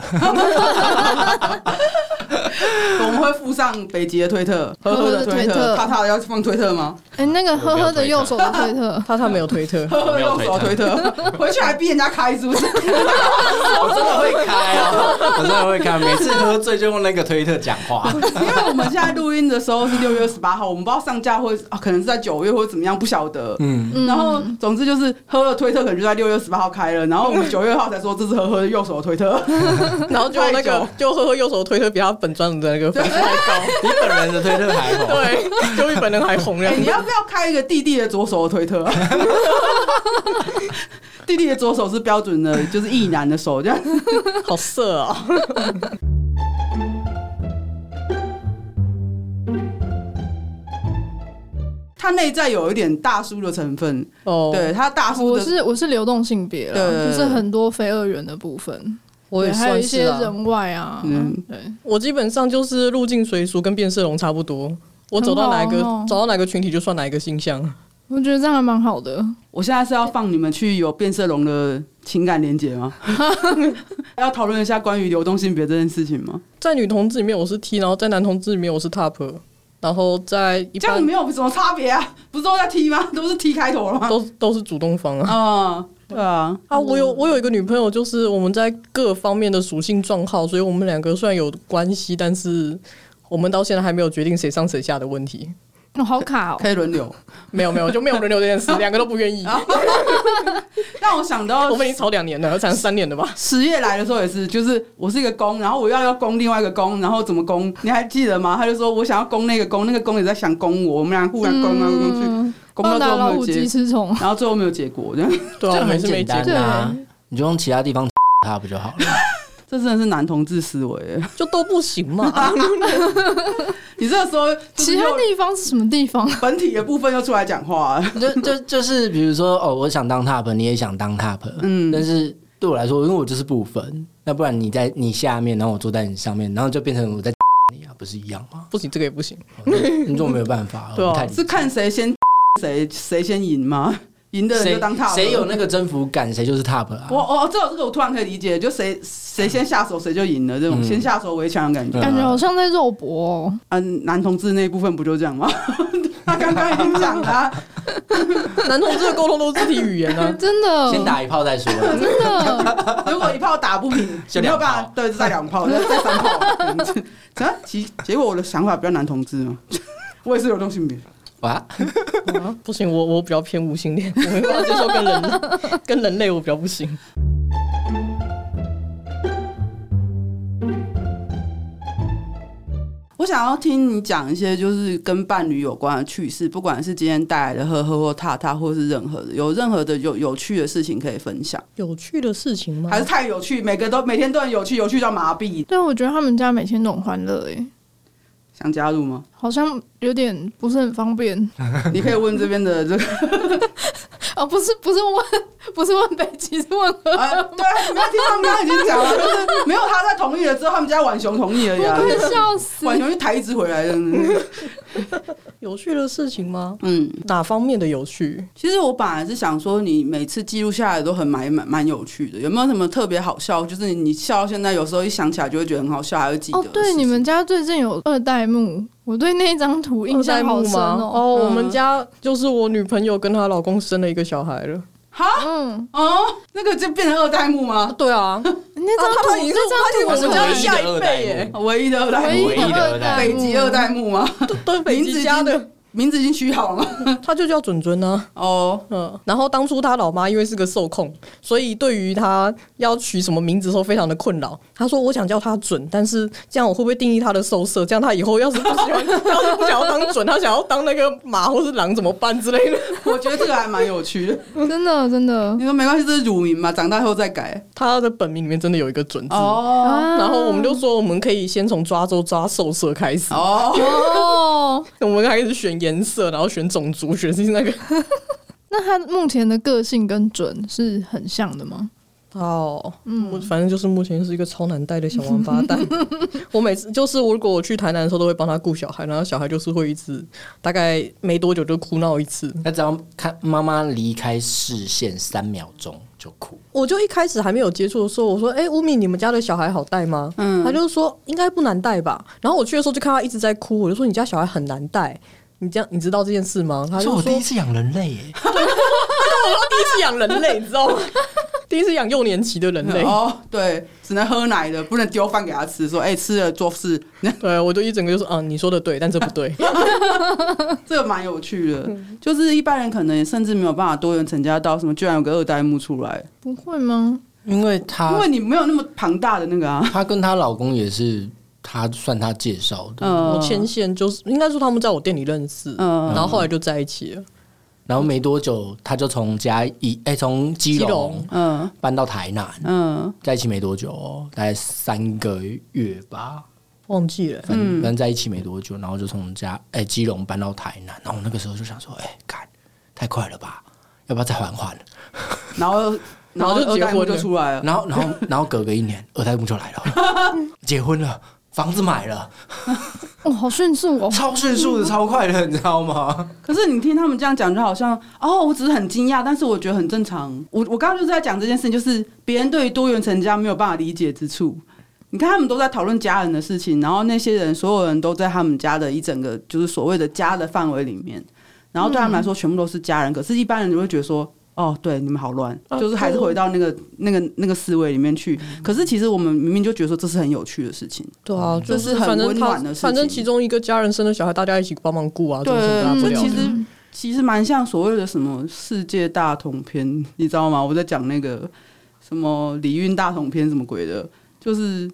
[SPEAKER 4] 我们会附上北极的推特，呵呵的推
[SPEAKER 3] 呵呵的推
[SPEAKER 4] 特，
[SPEAKER 3] 特
[SPEAKER 4] 他他要放推特吗？
[SPEAKER 3] 哎、那个呵呵的右手的推 特
[SPEAKER 1] 他他没有推 特，
[SPEAKER 4] 呵呵的用手推特，回去还逼人家开是不 是？
[SPEAKER 2] 我真的会开哦， 我真的会开，每次喝醉就用那个推特讲 话。
[SPEAKER 4] 因为我们现在录音的时候是六月二十八号，我们不知道上架会、啊、可能是在九月或者怎么样，不晓得。
[SPEAKER 2] 嗯，
[SPEAKER 3] 嗯
[SPEAKER 4] 然后，总之就是呵呵的推特可能就在六月十八号开了，然后我们九月二号才说这是呵呵的右手的推特，
[SPEAKER 1] 然后就那
[SPEAKER 4] 太
[SPEAKER 1] 个
[SPEAKER 4] 久
[SPEAKER 1] 就呵呵右手推特比他本专的那个粉丝还高，
[SPEAKER 2] 比本人的推特还 红。
[SPEAKER 1] 对，就比本人还红了
[SPEAKER 4] 哎、。你要不要开一个弟弟的左手的推特？ 弟弟的左手是标准的，就是异男的手，这样
[SPEAKER 1] 好色啊、
[SPEAKER 4] 他内在有一点大叔的成分，
[SPEAKER 1] 哦！
[SPEAKER 4] 对他大叔
[SPEAKER 3] 我
[SPEAKER 4] 的
[SPEAKER 3] 是我是流动性别
[SPEAKER 4] 对对
[SPEAKER 3] 了，
[SPEAKER 4] 对
[SPEAKER 3] 就是很多非二元的部分，
[SPEAKER 1] 我也
[SPEAKER 3] 对还有
[SPEAKER 1] 算
[SPEAKER 3] 一
[SPEAKER 1] 是、
[SPEAKER 3] 些
[SPEAKER 1] 啊、
[SPEAKER 3] 人外啊，
[SPEAKER 4] 嗯
[SPEAKER 3] 对，
[SPEAKER 1] 我基本上就是入境随俗，跟变色龙差不多。我走到哪一个
[SPEAKER 3] 很好很好
[SPEAKER 1] 走到哪个群体，就算哪一个形象。
[SPEAKER 3] 我觉得这样还蛮好的。
[SPEAKER 4] 我现在是要放你们去有变色龙的情感连结吗？要讨论一下关于流动性别这件事情吗？
[SPEAKER 1] 在女同志里面我是 T，然后在男同志里面我是 Top，然后在一
[SPEAKER 4] 这样
[SPEAKER 1] 般
[SPEAKER 4] 没有什么差别啊，不是都在 T 吗？都是 T 开头了吗？
[SPEAKER 1] 都都是主动方啊。
[SPEAKER 4] 啊，对啊，
[SPEAKER 1] 啊，我有我有一个女朋友，就是我们在各方面的属性撞号，所以我们两个虽然有关系，但是我们到现在还没有决定谁上谁下的问题。
[SPEAKER 3] 哦，好卡哦，
[SPEAKER 4] 可以轮流。
[SPEAKER 1] 没有没有，就没有轮流 这件事，两个都不愿意。
[SPEAKER 4] 让我想到
[SPEAKER 1] 我们已经吵两年了，才三年了吧？
[SPEAKER 4] 十月来的时候也是，就是我是一个攻，然后我要要攻另外一个攻，然后怎么攻？你还记得吗？他就说我想要攻那个攻，那个攻也在想攻我，我们俩互相攻来攻去，
[SPEAKER 3] 嗯，
[SPEAKER 4] 攻
[SPEAKER 3] 棒
[SPEAKER 4] 到最
[SPEAKER 3] 打
[SPEAKER 4] 后
[SPEAKER 3] 老
[SPEAKER 4] 没有
[SPEAKER 3] 虎
[SPEAKER 4] 结
[SPEAKER 3] 鸡，吃虫，
[SPEAKER 4] 然后最后没有结果，这样
[SPEAKER 1] 对啊，
[SPEAKER 2] 这
[SPEAKER 1] 我们
[SPEAKER 2] 很
[SPEAKER 1] 是没结
[SPEAKER 2] 简单
[SPEAKER 1] 果，
[SPEAKER 2] 啊
[SPEAKER 3] 对，
[SPEAKER 2] 你就用其他地方他不就好了？
[SPEAKER 4] 这真的是男同志思维。
[SPEAKER 1] 就都不行嘛。
[SPEAKER 4] 你这个时候就是
[SPEAKER 3] 其他
[SPEAKER 4] 又
[SPEAKER 3] 地方是什么地方？
[SPEAKER 4] 本体的部分又出来讲话 了，啊
[SPEAKER 2] 就就就是比如说哦，我想当 top，你也想当 top，嗯，
[SPEAKER 4] 嗯
[SPEAKER 2] 但是对我来说，因为我就是不分，那不然你在你下面，然后我坐在你上面，然后就变成我在 你啊，不是一样吗？
[SPEAKER 1] 不行，这个也不行。
[SPEAKER 2] 哦那你就没有办 法，
[SPEAKER 1] 对啊
[SPEAKER 2] 我不太理解
[SPEAKER 4] 是看谁先 谁谁先赢吗？赢啊的人就
[SPEAKER 2] 谁
[SPEAKER 4] 当 top，
[SPEAKER 2] 谁有那个征服感，谁就是 top 啊。
[SPEAKER 4] 我哦，这个这个我突然可以理解，就谁谁先下手谁就赢了，这种
[SPEAKER 2] 嗯
[SPEAKER 4] 先下手为强的感觉。
[SPEAKER 2] 对啊
[SPEAKER 3] 感觉好像在肉搏、哦。
[SPEAKER 4] 啊，男同志那一部分不就这样吗？ 他刚刚已经讲了啊，
[SPEAKER 1] 男同志的沟通都是肢体语言 啊。
[SPEAKER 3] 真的，
[SPEAKER 2] 先打一炮再说，
[SPEAKER 3] 真的，
[SPEAKER 4] 如果一炮打不 平，
[SPEAKER 2] 就
[SPEAKER 4] 没
[SPEAKER 2] 两炮
[SPEAKER 4] 有办法，对，再 两炮，再再三炮。啊，其结果我的想法比较男同志嘛， 我也是有动性别，
[SPEAKER 2] 哇，
[SPEAKER 1] 啊不行，我我比较偏无性恋，我没办法接受跟人 跟人类，我比较不行。
[SPEAKER 4] 我想要听你讲一些就是跟伴侣有关的趣事，不管是今天带来的呵呵或踏踏，或是任何的有任何的有有趣的事情可以分享，
[SPEAKER 1] 有趣的事情
[SPEAKER 3] 嗯
[SPEAKER 1] 吗
[SPEAKER 4] 还是太有趣，每个都每天都很有趣，有趣到麻痹。
[SPEAKER 3] 对，我觉得他们家每天都很欢乐诶，
[SPEAKER 4] 想加 入吗？
[SPEAKER 3] 好像有点不是很方便
[SPEAKER 4] 你可以问这边的 这个，
[SPEAKER 3] 啊，不是不是问不是问北极，是问河
[SPEAKER 4] 啊，对啊，你们听他们刚刚已经讲了，就是没有他在同意了之后，他们家浣熊同意 了
[SPEAKER 3] 我
[SPEAKER 4] 呀。
[SPEAKER 3] 快笑死。
[SPEAKER 4] 浣熊就抬一只回来的，嗯
[SPEAKER 1] 有趣的事情吗？
[SPEAKER 4] 嗯，
[SPEAKER 1] 哪方面的有趣？
[SPEAKER 4] 其实我本来是想说，你每次记录下来都很蛮蛮蛮有趣的，有没有什么特别好笑？就是你笑到现在，有时候一想起来就会觉得很好笑，还会记得
[SPEAKER 3] 哦
[SPEAKER 4] 的事，情。
[SPEAKER 3] 对，你们家最近有二代目，我对那一张图印象好
[SPEAKER 1] 二代目
[SPEAKER 3] 深
[SPEAKER 1] 吗？
[SPEAKER 3] 哦。
[SPEAKER 1] 哦，
[SPEAKER 4] 嗯
[SPEAKER 1] 我们家就是我女朋友跟她老公生了一个小孩了。
[SPEAKER 4] 哈
[SPEAKER 3] 嗯，
[SPEAKER 4] 哦，那个就变成二代目
[SPEAKER 1] 啊
[SPEAKER 4] 吗？
[SPEAKER 1] 对啊，
[SPEAKER 3] 那张
[SPEAKER 1] 他们
[SPEAKER 3] 图，
[SPEAKER 1] 已经
[SPEAKER 3] 那
[SPEAKER 1] 我们
[SPEAKER 3] 张图
[SPEAKER 1] 家的
[SPEAKER 2] 唯一
[SPEAKER 1] 下
[SPEAKER 2] 的
[SPEAKER 1] 一
[SPEAKER 2] 二代
[SPEAKER 1] 辈耶，
[SPEAKER 4] 唯一的二代
[SPEAKER 3] 哦唯
[SPEAKER 4] 目，
[SPEAKER 3] 一的二代目，
[SPEAKER 4] 北极二代目吗？
[SPEAKER 1] 对对，北极家的，
[SPEAKER 4] 名字已经取好了吗？
[SPEAKER 1] 他就叫准准啊。
[SPEAKER 4] 哦，
[SPEAKER 1] 嗯，然后当初他老妈因为是个受控，所以对于他要取什么名字的时候非常的困扰。他说：“我想叫他准，但是这样我会不会定义他的受色？这样他以后要是不喜欢， 要是不想要当准，他想要当那个马或是狼怎么办之类的？
[SPEAKER 4] 我觉得这个还蛮有趣的。
[SPEAKER 3] 真的真的
[SPEAKER 4] 你说没关系，这是乳名嘛，长大后再改。
[SPEAKER 1] 他的本名里面真的有一个准字。
[SPEAKER 4] 哦
[SPEAKER 3] 啊
[SPEAKER 1] 然后我们就说，我们可以先从抓周抓受色开始，
[SPEAKER 4] 哦，
[SPEAKER 3] 哦，
[SPEAKER 1] 我们开始选颜色，然后选种族，选是那个
[SPEAKER 3] 那他目前的个性跟准是很像的吗？
[SPEAKER 1] 哦，嗯，反正就是目前是一个超难带的小王八 蛋。我每次就是我如果我去台南的时候，都会帮他顾小孩，然后小孩就是会一直大概没多久就哭闹一次。
[SPEAKER 2] 他只要看妈妈离开视线三秒钟就就哭。
[SPEAKER 1] 我就一开始还没有接触的时候，我说：“哎、乌米，你们家的小孩好带吗？”
[SPEAKER 4] 嗯
[SPEAKER 1] 他就说：“应该不难带吧。”然后我去的时候就看他一直在哭，我就说：“你家小孩很难带，你这样你知道这件事吗？”他
[SPEAKER 2] 是
[SPEAKER 1] 啊就说：“
[SPEAKER 2] 我
[SPEAKER 1] 我
[SPEAKER 2] 第
[SPEAKER 1] 第
[SPEAKER 2] 一
[SPEAKER 1] 一
[SPEAKER 2] 次养人类耶，
[SPEAKER 1] 次养人类，你知道吗？第一次养幼年期的人类。
[SPEAKER 4] 哦，对，只能喝奶的，不能丢饭给他吃，说哎、吃了做事，
[SPEAKER 1] 对，我就一整个就说：“嗯，你说的对，但这不对。
[SPEAKER 4] 这个蛮有趣的。
[SPEAKER 1] 嗯
[SPEAKER 4] 就是一般人可能甚至没有办法多元成家到什么，居然有个二代目出来，
[SPEAKER 3] 不会吗？
[SPEAKER 2] 因为
[SPEAKER 4] 因
[SPEAKER 1] 啊
[SPEAKER 2] 她
[SPEAKER 4] 为你没有那么庞大的那个啊。
[SPEAKER 2] 她跟她老公也是她算她介绍的，
[SPEAKER 4] 嗯，
[SPEAKER 1] 我牵线就是应该说他们在我店里认识，
[SPEAKER 4] 嗯
[SPEAKER 1] 然后后来就在一起了。
[SPEAKER 2] 然后没多久她就从嘉义哎从基
[SPEAKER 1] 基
[SPEAKER 2] 隆
[SPEAKER 1] 隆
[SPEAKER 4] 嗯
[SPEAKER 2] 搬到台南，
[SPEAKER 4] 嗯
[SPEAKER 2] 在一起没多久哦，大概三个月吧，
[SPEAKER 1] 忘记了，
[SPEAKER 2] 反反正在一起没多久，然后就从家哎、基隆搬到台南，然后我那个时候就想说，哎、干太快了吧，要不要再缓缓？
[SPEAKER 4] 然后
[SPEAKER 1] 然后就
[SPEAKER 4] 二
[SPEAKER 1] 结
[SPEAKER 4] 代目
[SPEAKER 1] 婚
[SPEAKER 4] 就
[SPEAKER 1] 了
[SPEAKER 4] 出来了。
[SPEAKER 2] 然后然后然后隔个一年，二代目就来了，结婚了，房子买了，
[SPEAKER 3] 哦，好迅速哦！
[SPEAKER 2] 超迅速的，超快的，你知道吗？
[SPEAKER 4] 可是你听他们这样讲，就好像哦，我只是很惊讶，但是我觉得很正常。我我刚刚就是在讲这件事情，就是别人对于多元成家没有办法理解之处。你看他们都在讨论家人的事情，然后那些人所有人都在他们家的一整个就是所谓的家的范围里面，然后对他们来说全部都是家人。可是，一般人就会觉得说。哦，对，你们好乱，
[SPEAKER 1] 啊
[SPEAKER 4] 就是还是回到那个、那个、那个思维里面去。可是其实我们明明就觉得说这是很有趣的事情，
[SPEAKER 1] 对啊，
[SPEAKER 4] 这
[SPEAKER 1] 就是
[SPEAKER 4] 很
[SPEAKER 1] 反正
[SPEAKER 4] 温
[SPEAKER 1] 他
[SPEAKER 4] 暖的事情
[SPEAKER 1] 反正其中一个家人生了小孩，大家一起帮忙顾啊，这有什么大
[SPEAKER 3] 嗯
[SPEAKER 4] 对
[SPEAKER 1] 不
[SPEAKER 4] 这
[SPEAKER 1] 了
[SPEAKER 4] 其
[SPEAKER 1] 的？
[SPEAKER 4] 实其实蛮像所谓的什么世界大同篇，你知道吗？我在讲那个什么礼运大同篇什么鬼的，就是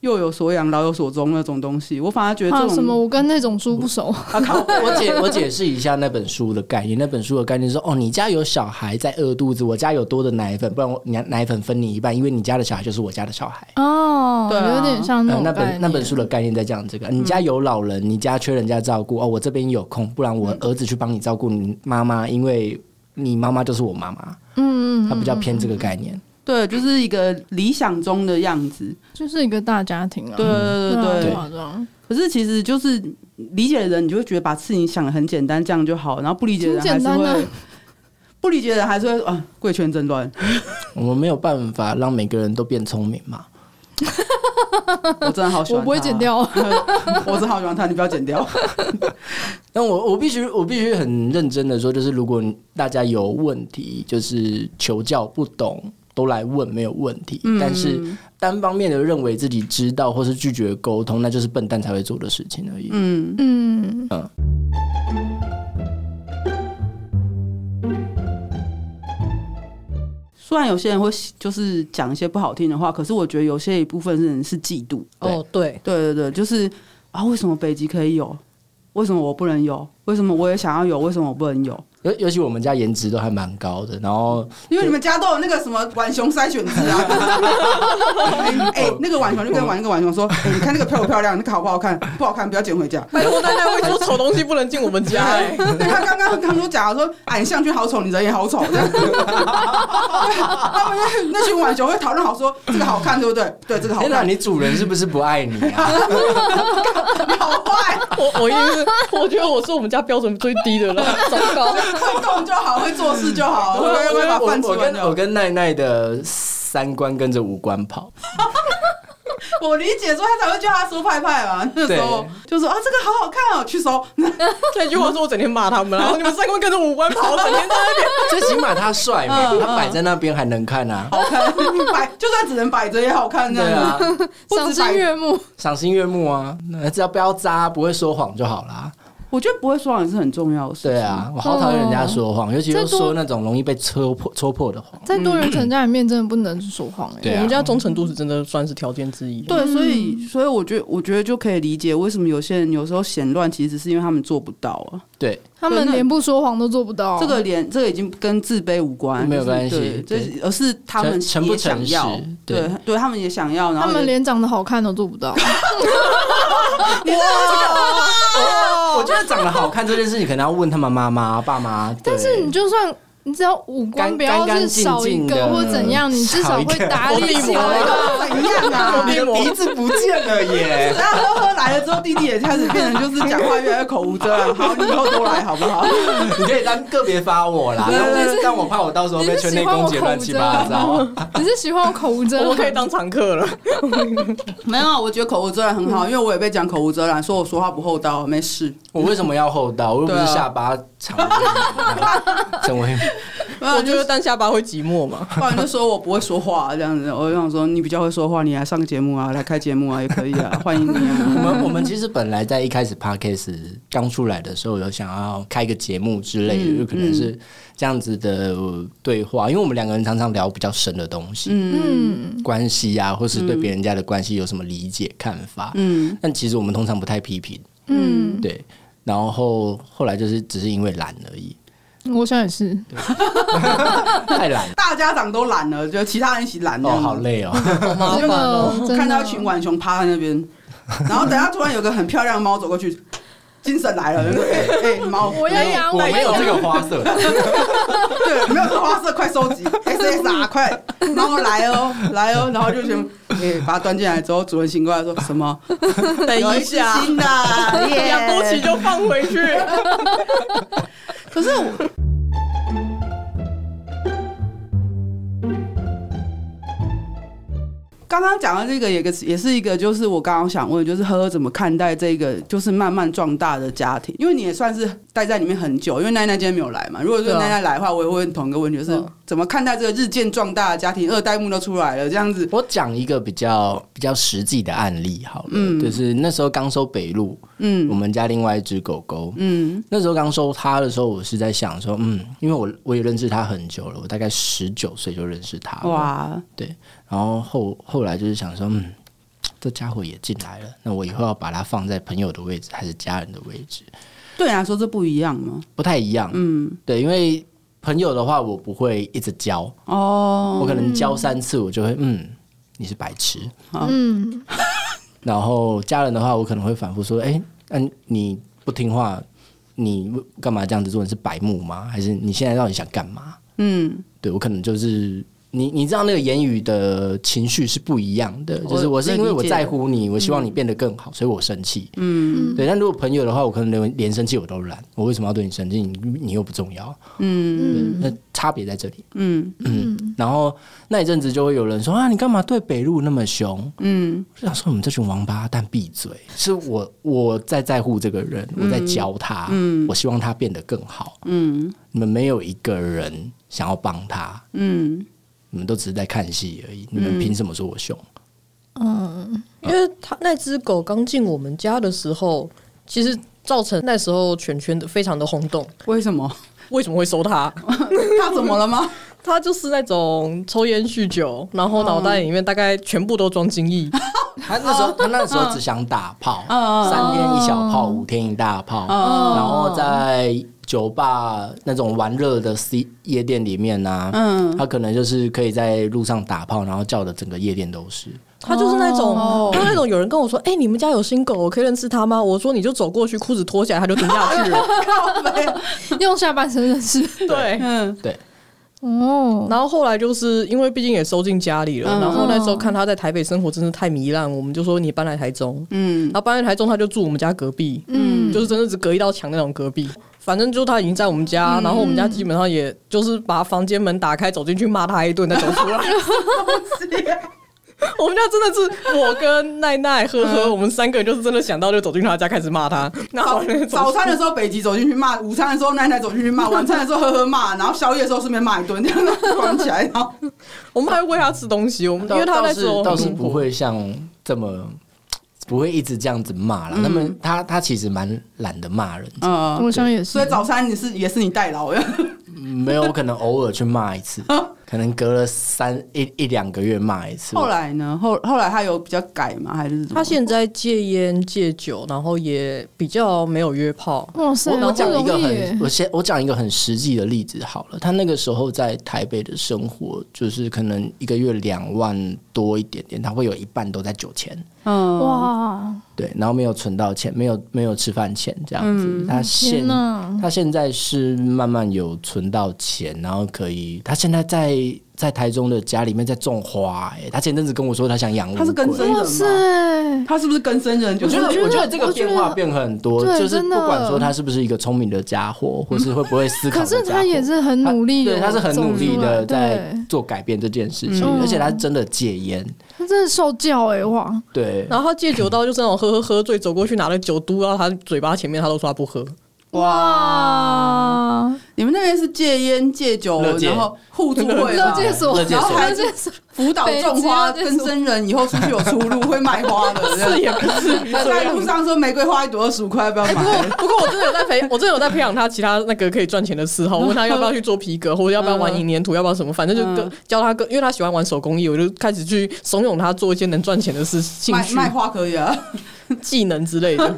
[SPEAKER 4] 幼有所养，老有所终那种东西。我反而觉得
[SPEAKER 3] 啊，
[SPEAKER 4] 这
[SPEAKER 3] 什么？
[SPEAKER 4] 种
[SPEAKER 3] 我跟那种书不熟，
[SPEAKER 2] 啊靠我解我解释一下那本书的概念。那本书的概念是：哦，你家有小孩在饿肚子，我家有多的奶粉，不然我你奶粉分你一半，因为你家的小孩就是我家的小孩。
[SPEAKER 3] 哦，
[SPEAKER 4] 对啊
[SPEAKER 3] 有点像
[SPEAKER 2] 呃
[SPEAKER 3] 那种、，
[SPEAKER 2] 那本那本书的概念嗯在讲这个，你家有老人，你家缺人家照顾哦，我这边有空，不然我儿子去帮你照顾你妈妈，因为你妈妈就是我妈妈，
[SPEAKER 3] 嗯，嗯嗯，
[SPEAKER 2] 它比较偏这个概念。
[SPEAKER 4] 对，就是一个理想中的样子。
[SPEAKER 3] 就是一个大家庭啊。
[SPEAKER 4] 对对对对
[SPEAKER 3] 对
[SPEAKER 4] 对
[SPEAKER 3] 啊，对啊
[SPEAKER 4] 可是其实就是理解的人，你就会觉得把事情想的很简单，这样就好。然后不理解的人还
[SPEAKER 3] 挺
[SPEAKER 4] 是
[SPEAKER 3] 简单啊的
[SPEAKER 4] 会。不理解的人还是会啊，贵圈 争乱。
[SPEAKER 2] 我们没有办法让每个人都变聪明嘛，
[SPEAKER 4] 我真的好喜欢
[SPEAKER 3] 我不会
[SPEAKER 4] 他
[SPEAKER 3] 剪，掉。
[SPEAKER 4] 我真的好喜欢他，你不要剪掉。
[SPEAKER 2] 但我我必须我必须很认真的说，就是如果大家有问题，就是求教不懂都来问没有问题，
[SPEAKER 4] 嗯
[SPEAKER 2] 但是单方面的认为自己知道或是拒绝沟通，那就是笨蛋才会做的事情而已。
[SPEAKER 4] 嗯，
[SPEAKER 3] 嗯，
[SPEAKER 4] 虽然有些人会就是讲一些不好听的话，可是我觉得有些一部分人是嫉妒。
[SPEAKER 1] 哦，对，
[SPEAKER 4] 对对对，就是啊，为什么北极可以有？为什么我不能有？为什么我也想要有？为什么我不能有？
[SPEAKER 2] 尤尤其我们家颜值都还蛮高的，然后
[SPEAKER 4] 因为你们家都有那个什么浣熊筛选制 啊！哎、那个浣熊就跟玩那个浣熊 说：“哎、你看那个漂不漂亮？那个好不好看？不好看，不要捡回 家。”啊
[SPEAKER 1] 拜托大家会说丑东西不能进我们 家、哎
[SPEAKER 4] 他刚刚刚都讲了说，哎，你项圈好丑，你人也好丑。这样他们那那群浣熊会讨论好说，这个好看，对不对？对，这个好
[SPEAKER 2] 天哪，
[SPEAKER 4] 看，
[SPEAKER 2] 你主人是不是不爱你啊？
[SPEAKER 4] 你 好坏，
[SPEAKER 1] 我我一定是，我觉得我是我们家标准最低的了，糟 糕。
[SPEAKER 4] 会动就好，会做事就 好，会会会把
[SPEAKER 2] 我
[SPEAKER 4] 饭吃
[SPEAKER 2] 我
[SPEAKER 4] 完
[SPEAKER 2] 跟
[SPEAKER 4] 就
[SPEAKER 2] 我
[SPEAKER 4] 好。
[SPEAKER 2] 跟奈奈的三观跟着五官跑，
[SPEAKER 4] 我理解说他才会叫他收派派嘛，那时候就说啊，这个好好看哦，去收。
[SPEAKER 1] 这句话是我整天骂他们，然后你们三观跟着五官跑，整天在那边。
[SPEAKER 2] 最起码他帅嘛，他摆在那边还能看啊，
[SPEAKER 4] 嗯好看， 摆就算只能摆着也好看这
[SPEAKER 2] 对
[SPEAKER 4] 样
[SPEAKER 2] 啊
[SPEAKER 4] 子。，不
[SPEAKER 3] 赏
[SPEAKER 4] 止
[SPEAKER 3] 心
[SPEAKER 4] 百
[SPEAKER 3] 悦目。
[SPEAKER 2] 赏心悦目啊，那只要不要渣，不会说谎就好啦。
[SPEAKER 4] 我觉得不会说谎也是很重要的事情
[SPEAKER 2] 对，啊，我好讨厌人家说谎，尤其是说那种容易被戳破戳破的谎。
[SPEAKER 3] 在多人成家里面，真的不能说谎哎、
[SPEAKER 2] 对啊
[SPEAKER 1] 我们家忠诚度是真的算是条件之一。
[SPEAKER 4] 对，所
[SPEAKER 3] 嗯
[SPEAKER 4] 以所以我觉得我觉得就可以理解为什么有些人有时候嫌乱，其实是因为他们做不到啊。
[SPEAKER 2] 对，
[SPEAKER 3] 他们连不说谎都做不到。
[SPEAKER 4] 这个连这个已经跟自卑无哦关，
[SPEAKER 2] 没有关系
[SPEAKER 4] 就是对
[SPEAKER 2] 对
[SPEAKER 4] 这而是他们
[SPEAKER 2] 诚诚不
[SPEAKER 4] 也想要
[SPEAKER 2] 诚实
[SPEAKER 4] 对
[SPEAKER 2] 对
[SPEAKER 4] 对，他们也想要，然后
[SPEAKER 3] 他们
[SPEAKER 4] 也
[SPEAKER 3] 连长得好看都做不到。
[SPEAKER 2] 哦我觉得长得好看这件事情，可能要问他们妈妈、爸妈。对
[SPEAKER 3] 但是你就算你只要五官
[SPEAKER 2] 干
[SPEAKER 3] 不要是少一
[SPEAKER 2] 干干净净
[SPEAKER 3] 个
[SPEAKER 2] 的
[SPEAKER 3] 或怎样，你至少会打理 起来吧。
[SPEAKER 4] 怎样 啊？
[SPEAKER 2] 你的鼻子不见了 耶！
[SPEAKER 4] 然后喝喝来了之后，弟弟也开始变成就是讲话越来越口无遮拦。好，你以后多来好不好？
[SPEAKER 2] 你可以当个别发我 啦，
[SPEAKER 4] 对对对
[SPEAKER 2] 但但我怕我 到时候
[SPEAKER 3] 你
[SPEAKER 2] 被
[SPEAKER 3] 是
[SPEAKER 2] 圈
[SPEAKER 3] 喜
[SPEAKER 2] 内
[SPEAKER 3] 欢
[SPEAKER 2] 攻
[SPEAKER 3] 我
[SPEAKER 2] 击
[SPEAKER 3] 口
[SPEAKER 2] 乱
[SPEAKER 3] 无
[SPEAKER 2] 七
[SPEAKER 3] 遮拦
[SPEAKER 2] 八糟。啊
[SPEAKER 3] 吗？ 你是喜欢我口啊无遮
[SPEAKER 1] 哦我们可以
[SPEAKER 3] 拦？
[SPEAKER 1] 当常客了。
[SPEAKER 4] 没有啊，我觉得口无遮拦很好，因为我也被讲口无遮拦，说我说话不厚道，没事。
[SPEAKER 2] 我为什么要厚道？我又不是
[SPEAKER 4] 对啊
[SPEAKER 2] 下巴长， 怎么会？
[SPEAKER 4] 没有
[SPEAKER 1] 我觉得
[SPEAKER 4] 啊就
[SPEAKER 1] 单下巴会寂寞嘛。
[SPEAKER 4] 不然就说我不会说话这样子。我就想说，你比较会说话，你来上节目啊，来开节目啊，也可以啊，欢迎 你
[SPEAKER 2] 我
[SPEAKER 4] 啊。
[SPEAKER 2] 们我们其实本来在一开始 podcast 刚出来的时候，有想要开个节目之类的，
[SPEAKER 4] 嗯
[SPEAKER 2] 就可能是这样子的对话，因为我们两个人常常聊比较深的东西，
[SPEAKER 3] 嗯，
[SPEAKER 2] 关系啊，或是对别人家的关系有什么理解看法。
[SPEAKER 4] 嗯，
[SPEAKER 2] 但其实我们通常不太批评，
[SPEAKER 3] 嗯，
[SPEAKER 2] 对。然后后来就是只是因为懒而已，嗯
[SPEAKER 3] 我想也是。
[SPEAKER 2] 太懒了，
[SPEAKER 4] 大家长都懒了，就其他人一起懒这
[SPEAKER 2] 哦，
[SPEAKER 4] 样子
[SPEAKER 2] 好累哦。
[SPEAKER 1] 麻
[SPEAKER 3] 真
[SPEAKER 1] 烦
[SPEAKER 3] 的
[SPEAKER 1] 哦，，
[SPEAKER 3] 真的
[SPEAKER 4] 看到一群浣熊趴在那边，然后等下突然有个很漂亮的猫走过去，精神来了， 哎、哎猫，
[SPEAKER 3] 我要养，
[SPEAKER 2] 我没有
[SPEAKER 3] 要
[SPEAKER 2] 这个花色，
[SPEAKER 4] 对，没有这花色，快收集 SSR，快，然后来哦，来哦，然后就全部，哎、把它端进来之后，主人醒过来说什么？
[SPEAKER 1] 等
[SPEAKER 4] 有
[SPEAKER 1] 一
[SPEAKER 4] 一只
[SPEAKER 1] 下，
[SPEAKER 4] 新的，
[SPEAKER 1] 养不起就放回去。
[SPEAKER 4] 可是我。刚刚讲的这个也个也是一个，就是我刚刚想问，就是呵呵怎么看待这个就是慢慢壮大的家庭？因为你也算是待在里面很久，因为奈奈今天没有来嘛。如果说
[SPEAKER 1] 对啊
[SPEAKER 4] 奈奈来的话，我也会问同一个问题，就是
[SPEAKER 1] 嗯
[SPEAKER 4] 怎么看待这个日渐壮大的家庭？二代目都出来了，这样子，
[SPEAKER 2] 我讲一个比较比较实际的案例好了，
[SPEAKER 4] 嗯
[SPEAKER 2] 就是那时候刚收北路，我
[SPEAKER 4] 嗯
[SPEAKER 2] 们家另外一只狗狗，
[SPEAKER 4] 嗯
[SPEAKER 2] 那时候刚收它的时候，我是在想说，嗯，因为我我也认识它很久了，我大概十九岁就认识它，哇，
[SPEAKER 4] 哇，
[SPEAKER 2] 然后后后来就是想说，嗯，这家伙也进来了，那我以后要把它放在朋友的位置还是家人的位置，
[SPEAKER 4] 对你来说这不一样吗？
[SPEAKER 2] 不太一样，
[SPEAKER 4] 嗯，
[SPEAKER 2] 对，因为朋友的话我不会一直教，
[SPEAKER 4] 哦，
[SPEAKER 2] 我可能教三次我就会，嗯，你是白痴，
[SPEAKER 3] 嗯，
[SPEAKER 2] 然后家人的话，我可能会反复说：“哎、嗯、你不听话，你干嘛这样子做？你是白目吗？还是你现在到底想干嘛
[SPEAKER 4] 嗯，？”
[SPEAKER 2] 对我可能就是你，你知道那个言语的情绪是不一样的，
[SPEAKER 4] 我
[SPEAKER 2] 就是我是因为我
[SPEAKER 4] 理解嗯
[SPEAKER 2] 在乎你，我希望你变得更好，所以我生气。嗯，对。但如果朋友的话，我可能连连生气我都懒，我为什么要对你生气？你你又不重要。嗯，那差别在这里。
[SPEAKER 4] 嗯
[SPEAKER 2] 嗯，然后那一阵子就会有人说啊，你干嘛对北路那么凶？
[SPEAKER 4] 嗯
[SPEAKER 2] 我想说，你们这群王八蛋闭嘴！是我我在在乎这个人，我在教他，我希望他变得更好。
[SPEAKER 4] 嗯
[SPEAKER 2] 你们没有一个人想要帮他，
[SPEAKER 4] 嗯，
[SPEAKER 2] 你们都只是在看戏而已。你们凭什么说我凶？
[SPEAKER 1] 因为他那只狗刚进我们家的时候，其实造成那时候圈圈的非常的轰动。
[SPEAKER 4] 为什 么？
[SPEAKER 1] 为什么会收它？
[SPEAKER 4] 他怎么了 吗？
[SPEAKER 1] 它就是那种抽烟酗酒，然后脑袋里面大概全部都装精液，
[SPEAKER 2] 他那时
[SPEAKER 4] 哦
[SPEAKER 2] 候他那时候只想打炮，三天一小炮，五天一大炮，然后在酒吧那种玩乐的 C 夜店里面呢、
[SPEAKER 4] 嗯
[SPEAKER 2] 他可能就是可以在路上打炮，然后叫的整个夜店都是。
[SPEAKER 1] 它就是那种，
[SPEAKER 4] 哦
[SPEAKER 1] 它、那种有人跟我说：“哎、你们家有新狗，我可以认识它吗？”我说：“你就走过去，裤子脱下来，它就蹲下去 了。
[SPEAKER 4] 靠背，
[SPEAKER 3] 用下半身认识。”
[SPEAKER 1] 对。
[SPEAKER 4] 嗯
[SPEAKER 2] 对，
[SPEAKER 3] 哦，
[SPEAKER 1] 然后后来就是因为毕竟也收进家里了，
[SPEAKER 4] 嗯
[SPEAKER 1] 然后那时候看他在台北生活真是太糜烂，我们就说你搬来台中，
[SPEAKER 4] 嗯
[SPEAKER 1] 然后搬来台中他就住我们家隔壁，
[SPEAKER 3] 嗯，
[SPEAKER 1] 就是真的只隔一道墙那种隔壁。反正就他已经在我们
[SPEAKER 2] 嗯
[SPEAKER 1] 家，然后我们家基本上也就是把房间门打开走进去骂他一顿再走出 来。我们家真的是我跟奈奈呵
[SPEAKER 2] 嗯
[SPEAKER 1] 呵，我们三个人就是真的想到就走进他家开始骂他，然后
[SPEAKER 4] 早早餐的时候北极走进去骂，午餐的时候奶奶走进去 骂，晚餐的时候呵呵骂，然后宵夜的时候顺便骂一顿，这 样子关起来，然后
[SPEAKER 1] 我们还喂他吃东西，我们因为他
[SPEAKER 2] 倒
[SPEAKER 1] 那时
[SPEAKER 2] 是嗯
[SPEAKER 1] 候
[SPEAKER 2] 倒是
[SPEAKER 1] 很
[SPEAKER 2] 不会像这么不会一直这样子骂了。那么他他其实蛮懒得骂人，
[SPEAKER 4] 嗯，
[SPEAKER 3] 我想也是
[SPEAKER 4] 所以。早餐你是也是你代劳的，
[SPEAKER 2] 没有我可能偶尔去骂一次，可能隔了三一一两个月骂一次。
[SPEAKER 4] 后来呢？后后来他有比较改吗？还是怎么
[SPEAKER 1] 他现在戒烟戒酒，然后也比较没有约炮。
[SPEAKER 3] 哇塞，
[SPEAKER 2] 我我讲
[SPEAKER 3] 不
[SPEAKER 2] 一个
[SPEAKER 3] 容易
[SPEAKER 2] 很，
[SPEAKER 3] 耶。
[SPEAKER 2] 我先我讲一个很实际的例子好了。他那个时候在台北的生活，就是可能一个月两万多一点点，他会有一半都在酒钱。
[SPEAKER 4] 嗯，
[SPEAKER 3] 哇，
[SPEAKER 2] 对，然后没有存到钱，没有没有吃饭钱这样子。他现
[SPEAKER 3] 嗯天哪！
[SPEAKER 2] 他现在是慢慢有存到钱，然后可以，他现在在在台中的家里面在种花、欸。他前阵子跟我说他想养乌龟，
[SPEAKER 4] 他是跟真人
[SPEAKER 3] 哇
[SPEAKER 4] 吗？
[SPEAKER 3] 塞，
[SPEAKER 4] 他是不是跟生人？就
[SPEAKER 2] 我觉
[SPEAKER 4] 是
[SPEAKER 2] 得，
[SPEAKER 3] 我觉得
[SPEAKER 2] 我觉得这个
[SPEAKER 3] 我觉
[SPEAKER 2] 变
[SPEAKER 3] 得
[SPEAKER 2] 化变很多，
[SPEAKER 3] 对
[SPEAKER 2] 就是
[SPEAKER 3] 真
[SPEAKER 2] 不
[SPEAKER 3] 的
[SPEAKER 2] 管说他是不是一个聪明的家伙，或是会不会思考
[SPEAKER 3] 可
[SPEAKER 2] 的家伙，
[SPEAKER 3] 是他也是很
[SPEAKER 2] 他
[SPEAKER 3] 努力，哦
[SPEAKER 2] 对，他是很努力的在
[SPEAKER 3] 对，
[SPEAKER 2] 做改变这件事情，
[SPEAKER 3] 嗯
[SPEAKER 2] 而且他是真的戒烟，
[SPEAKER 3] 他真的受教哎、哇，
[SPEAKER 2] 对，
[SPEAKER 1] 然后他戒酒刀就是那种喝喝喝醉，走过去拿了酒嘟到他嘴巴前面，他都说他 不喝。
[SPEAKER 3] 哇，
[SPEAKER 4] 你们那边是戒烟、戒酒，
[SPEAKER 2] 乐戒
[SPEAKER 4] 然后互助会
[SPEAKER 3] 乐
[SPEAKER 4] 吗，
[SPEAKER 3] 界所，
[SPEAKER 2] 乐界
[SPEAKER 4] 然后
[SPEAKER 2] 所
[SPEAKER 4] 还
[SPEAKER 3] 乐
[SPEAKER 4] 是
[SPEAKER 3] 界所，
[SPEAKER 4] 辅导啊种花，
[SPEAKER 3] 北极乐界
[SPEAKER 4] 跟
[SPEAKER 3] 所
[SPEAKER 4] 生人以后出去有出路，会卖花 的，是也不是在路上说玫瑰花一朵二十五块，要不要买？
[SPEAKER 1] 不过我真的有在培，我真的有在培养他其他那个可以赚钱的嗜好。我问他要不要去做皮革，或者要不要玩银粘土，要不要什么，反正就跟
[SPEAKER 4] 嗯
[SPEAKER 1] 教他跟，因为他喜欢玩手工艺，我就开始去怂恿他做一些能赚钱的事、兴
[SPEAKER 4] 卖
[SPEAKER 1] 趣、
[SPEAKER 4] 卖花可以啊。
[SPEAKER 1] 技能之类的。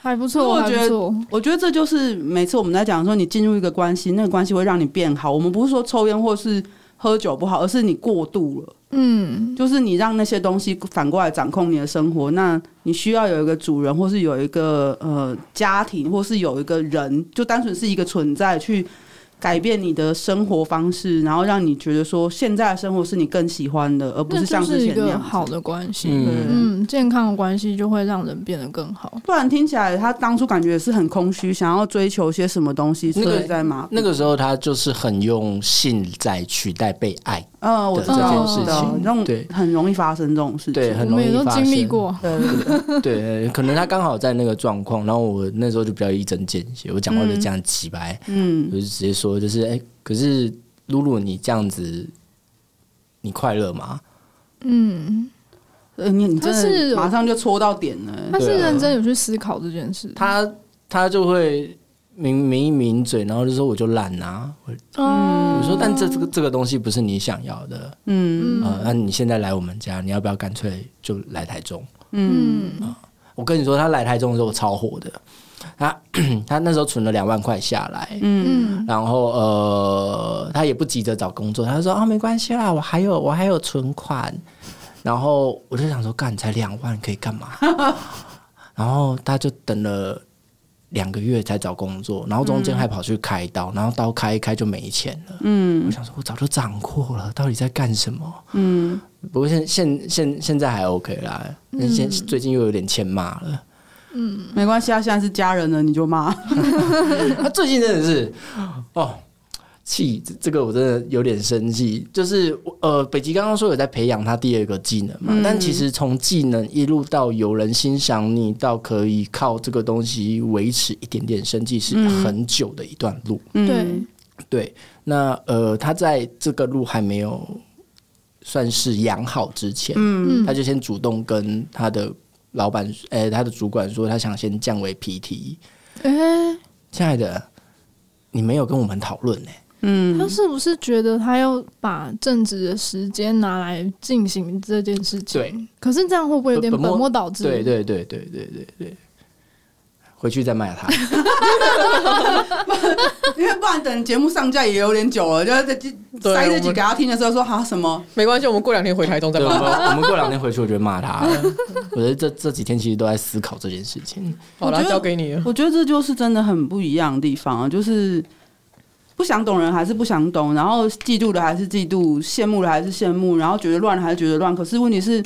[SPEAKER 3] 还不
[SPEAKER 4] 所以
[SPEAKER 3] 错，
[SPEAKER 4] 我
[SPEAKER 3] 还
[SPEAKER 4] 觉
[SPEAKER 3] 不
[SPEAKER 4] 得
[SPEAKER 3] 错，
[SPEAKER 4] 我觉得这就是每次我们在讲说，你进入一个关系，那个关系会让你变好。我们不是说抽烟或是喝酒不好，而是你过度了，
[SPEAKER 3] 嗯，
[SPEAKER 4] 就是你让那些东西反过来掌控你的生活。那你需要有一个主人，或是有一个呃家庭，或是有一个人，就单纯是一个存在去。改变你的生活方式，然后让你觉得说现在的生活是你更喜欢的，而不
[SPEAKER 3] 那
[SPEAKER 4] 像
[SPEAKER 3] 就
[SPEAKER 4] 之
[SPEAKER 3] 是一
[SPEAKER 4] 前那
[SPEAKER 3] 个
[SPEAKER 4] 样子。
[SPEAKER 3] 好的关系，
[SPEAKER 2] 嗯，
[SPEAKER 3] 嗯，健康的关系就会让人变得更好。
[SPEAKER 4] 不然听起来他当初感觉也是很空虚，想要追求些什么东西，
[SPEAKER 2] 那个
[SPEAKER 4] 所以在麻痹
[SPEAKER 2] 那个时候他就是很用性在取代被爱，
[SPEAKER 4] 嗯，我
[SPEAKER 2] 的
[SPEAKER 4] 知道
[SPEAKER 3] 这件
[SPEAKER 4] 我知
[SPEAKER 3] 事
[SPEAKER 4] 道
[SPEAKER 2] 情
[SPEAKER 4] 这种
[SPEAKER 2] 对
[SPEAKER 4] 很容易发生这种事情。
[SPEAKER 2] 对，很
[SPEAKER 3] 嗯我
[SPEAKER 2] 容
[SPEAKER 3] 们也
[SPEAKER 2] 易
[SPEAKER 3] 都
[SPEAKER 2] 发生。
[SPEAKER 3] 经历过，
[SPEAKER 4] 对对对
[SPEAKER 2] 对，可能他刚好在那个状况，然后我那时候就比较一针见血，我讲话就这样直白，
[SPEAKER 4] 嗯
[SPEAKER 2] 我就直接说，就是哎、可是露露你这样子，你快乐吗？
[SPEAKER 3] 嗯，
[SPEAKER 4] 呃，你你真
[SPEAKER 3] 他是
[SPEAKER 4] 的马上就戳到点了。
[SPEAKER 3] 他是
[SPEAKER 2] 对啊
[SPEAKER 3] 认真有去思考这件事，
[SPEAKER 2] 他他就会抿抿一抿嘴，然后就说我就懒啊。我
[SPEAKER 3] 嗯
[SPEAKER 2] 我说但这这个这个东西不是你想要的，
[SPEAKER 4] 嗯
[SPEAKER 2] 啊、那、你现在来我们家，你要不要干脆就来台中？
[SPEAKER 4] 嗯
[SPEAKER 3] 嗯，
[SPEAKER 2] 我跟你说，他来台中的时候我超火的，他 他那时候存了两万块下来，
[SPEAKER 4] 嗯
[SPEAKER 2] 然后呃，他也不急着找工作，他就说啊，没关系啦，我还有我还有存款。然后我就想说，干才两万可以干嘛？ 然后他就等了两个月才找工作，然后中间还跑去开刀，然后刀开一开就没钱了。我
[SPEAKER 4] 嗯
[SPEAKER 2] 想说，我早就涨过了，到底在干什么？
[SPEAKER 4] 嗯，
[SPEAKER 2] 不过现现现现在还 OK 啦，但现最近又有点欠骂了。
[SPEAKER 4] 没关系啊，现在是家人了，你就骂。
[SPEAKER 2] 他啊最近真的是，哦，气这这个我真的有点生气。就是我呃，北极刚刚说有在培养他第二个技能嘛，但其实从技能一路到有人欣赏你，到可以靠这个东西维持一点点生计，是很久的一段路。
[SPEAKER 4] 嗯
[SPEAKER 3] 对，
[SPEAKER 2] 对，那呃，他在这个路还没有算是养好之前，
[SPEAKER 4] 嗯
[SPEAKER 2] 他就先主动跟他的老板，哎、他的主管说，他想先降为 PT。
[SPEAKER 3] 哎，
[SPEAKER 2] 亲爱的，你没有跟我们讨论呢。
[SPEAKER 4] 嗯
[SPEAKER 3] 他是不是觉得他要把正职的时间拿来进行这件事情？
[SPEAKER 2] 对，
[SPEAKER 3] 可是这样会不会有点
[SPEAKER 2] 本
[SPEAKER 3] 本
[SPEAKER 2] 末
[SPEAKER 3] 末倒置？
[SPEAKER 2] 对对对对对对对，回去再骂他。
[SPEAKER 4] 因为不然等节目上架也有点久了，就是这集
[SPEAKER 1] 对
[SPEAKER 4] 塞这
[SPEAKER 1] 我
[SPEAKER 4] 集
[SPEAKER 1] 们
[SPEAKER 4] 给他听的时候说哈什么，
[SPEAKER 1] 没关系，我们过两天回台中再
[SPEAKER 2] 对，我
[SPEAKER 4] 啊
[SPEAKER 1] 帮
[SPEAKER 2] 们
[SPEAKER 1] 他。
[SPEAKER 2] 我们过两天回去我就会骂他。 我觉得这这几天其实都在思考这件事情。
[SPEAKER 1] 好啦
[SPEAKER 4] 我觉，得
[SPEAKER 1] 交给你了。
[SPEAKER 4] 我觉得这就是真的很不一样的地方啊，就是不想懂人还是不想懂，然后嫉妒的还是嫉妒，羡慕的还是羡慕，然后觉得乱的还是觉得乱。可是问题是，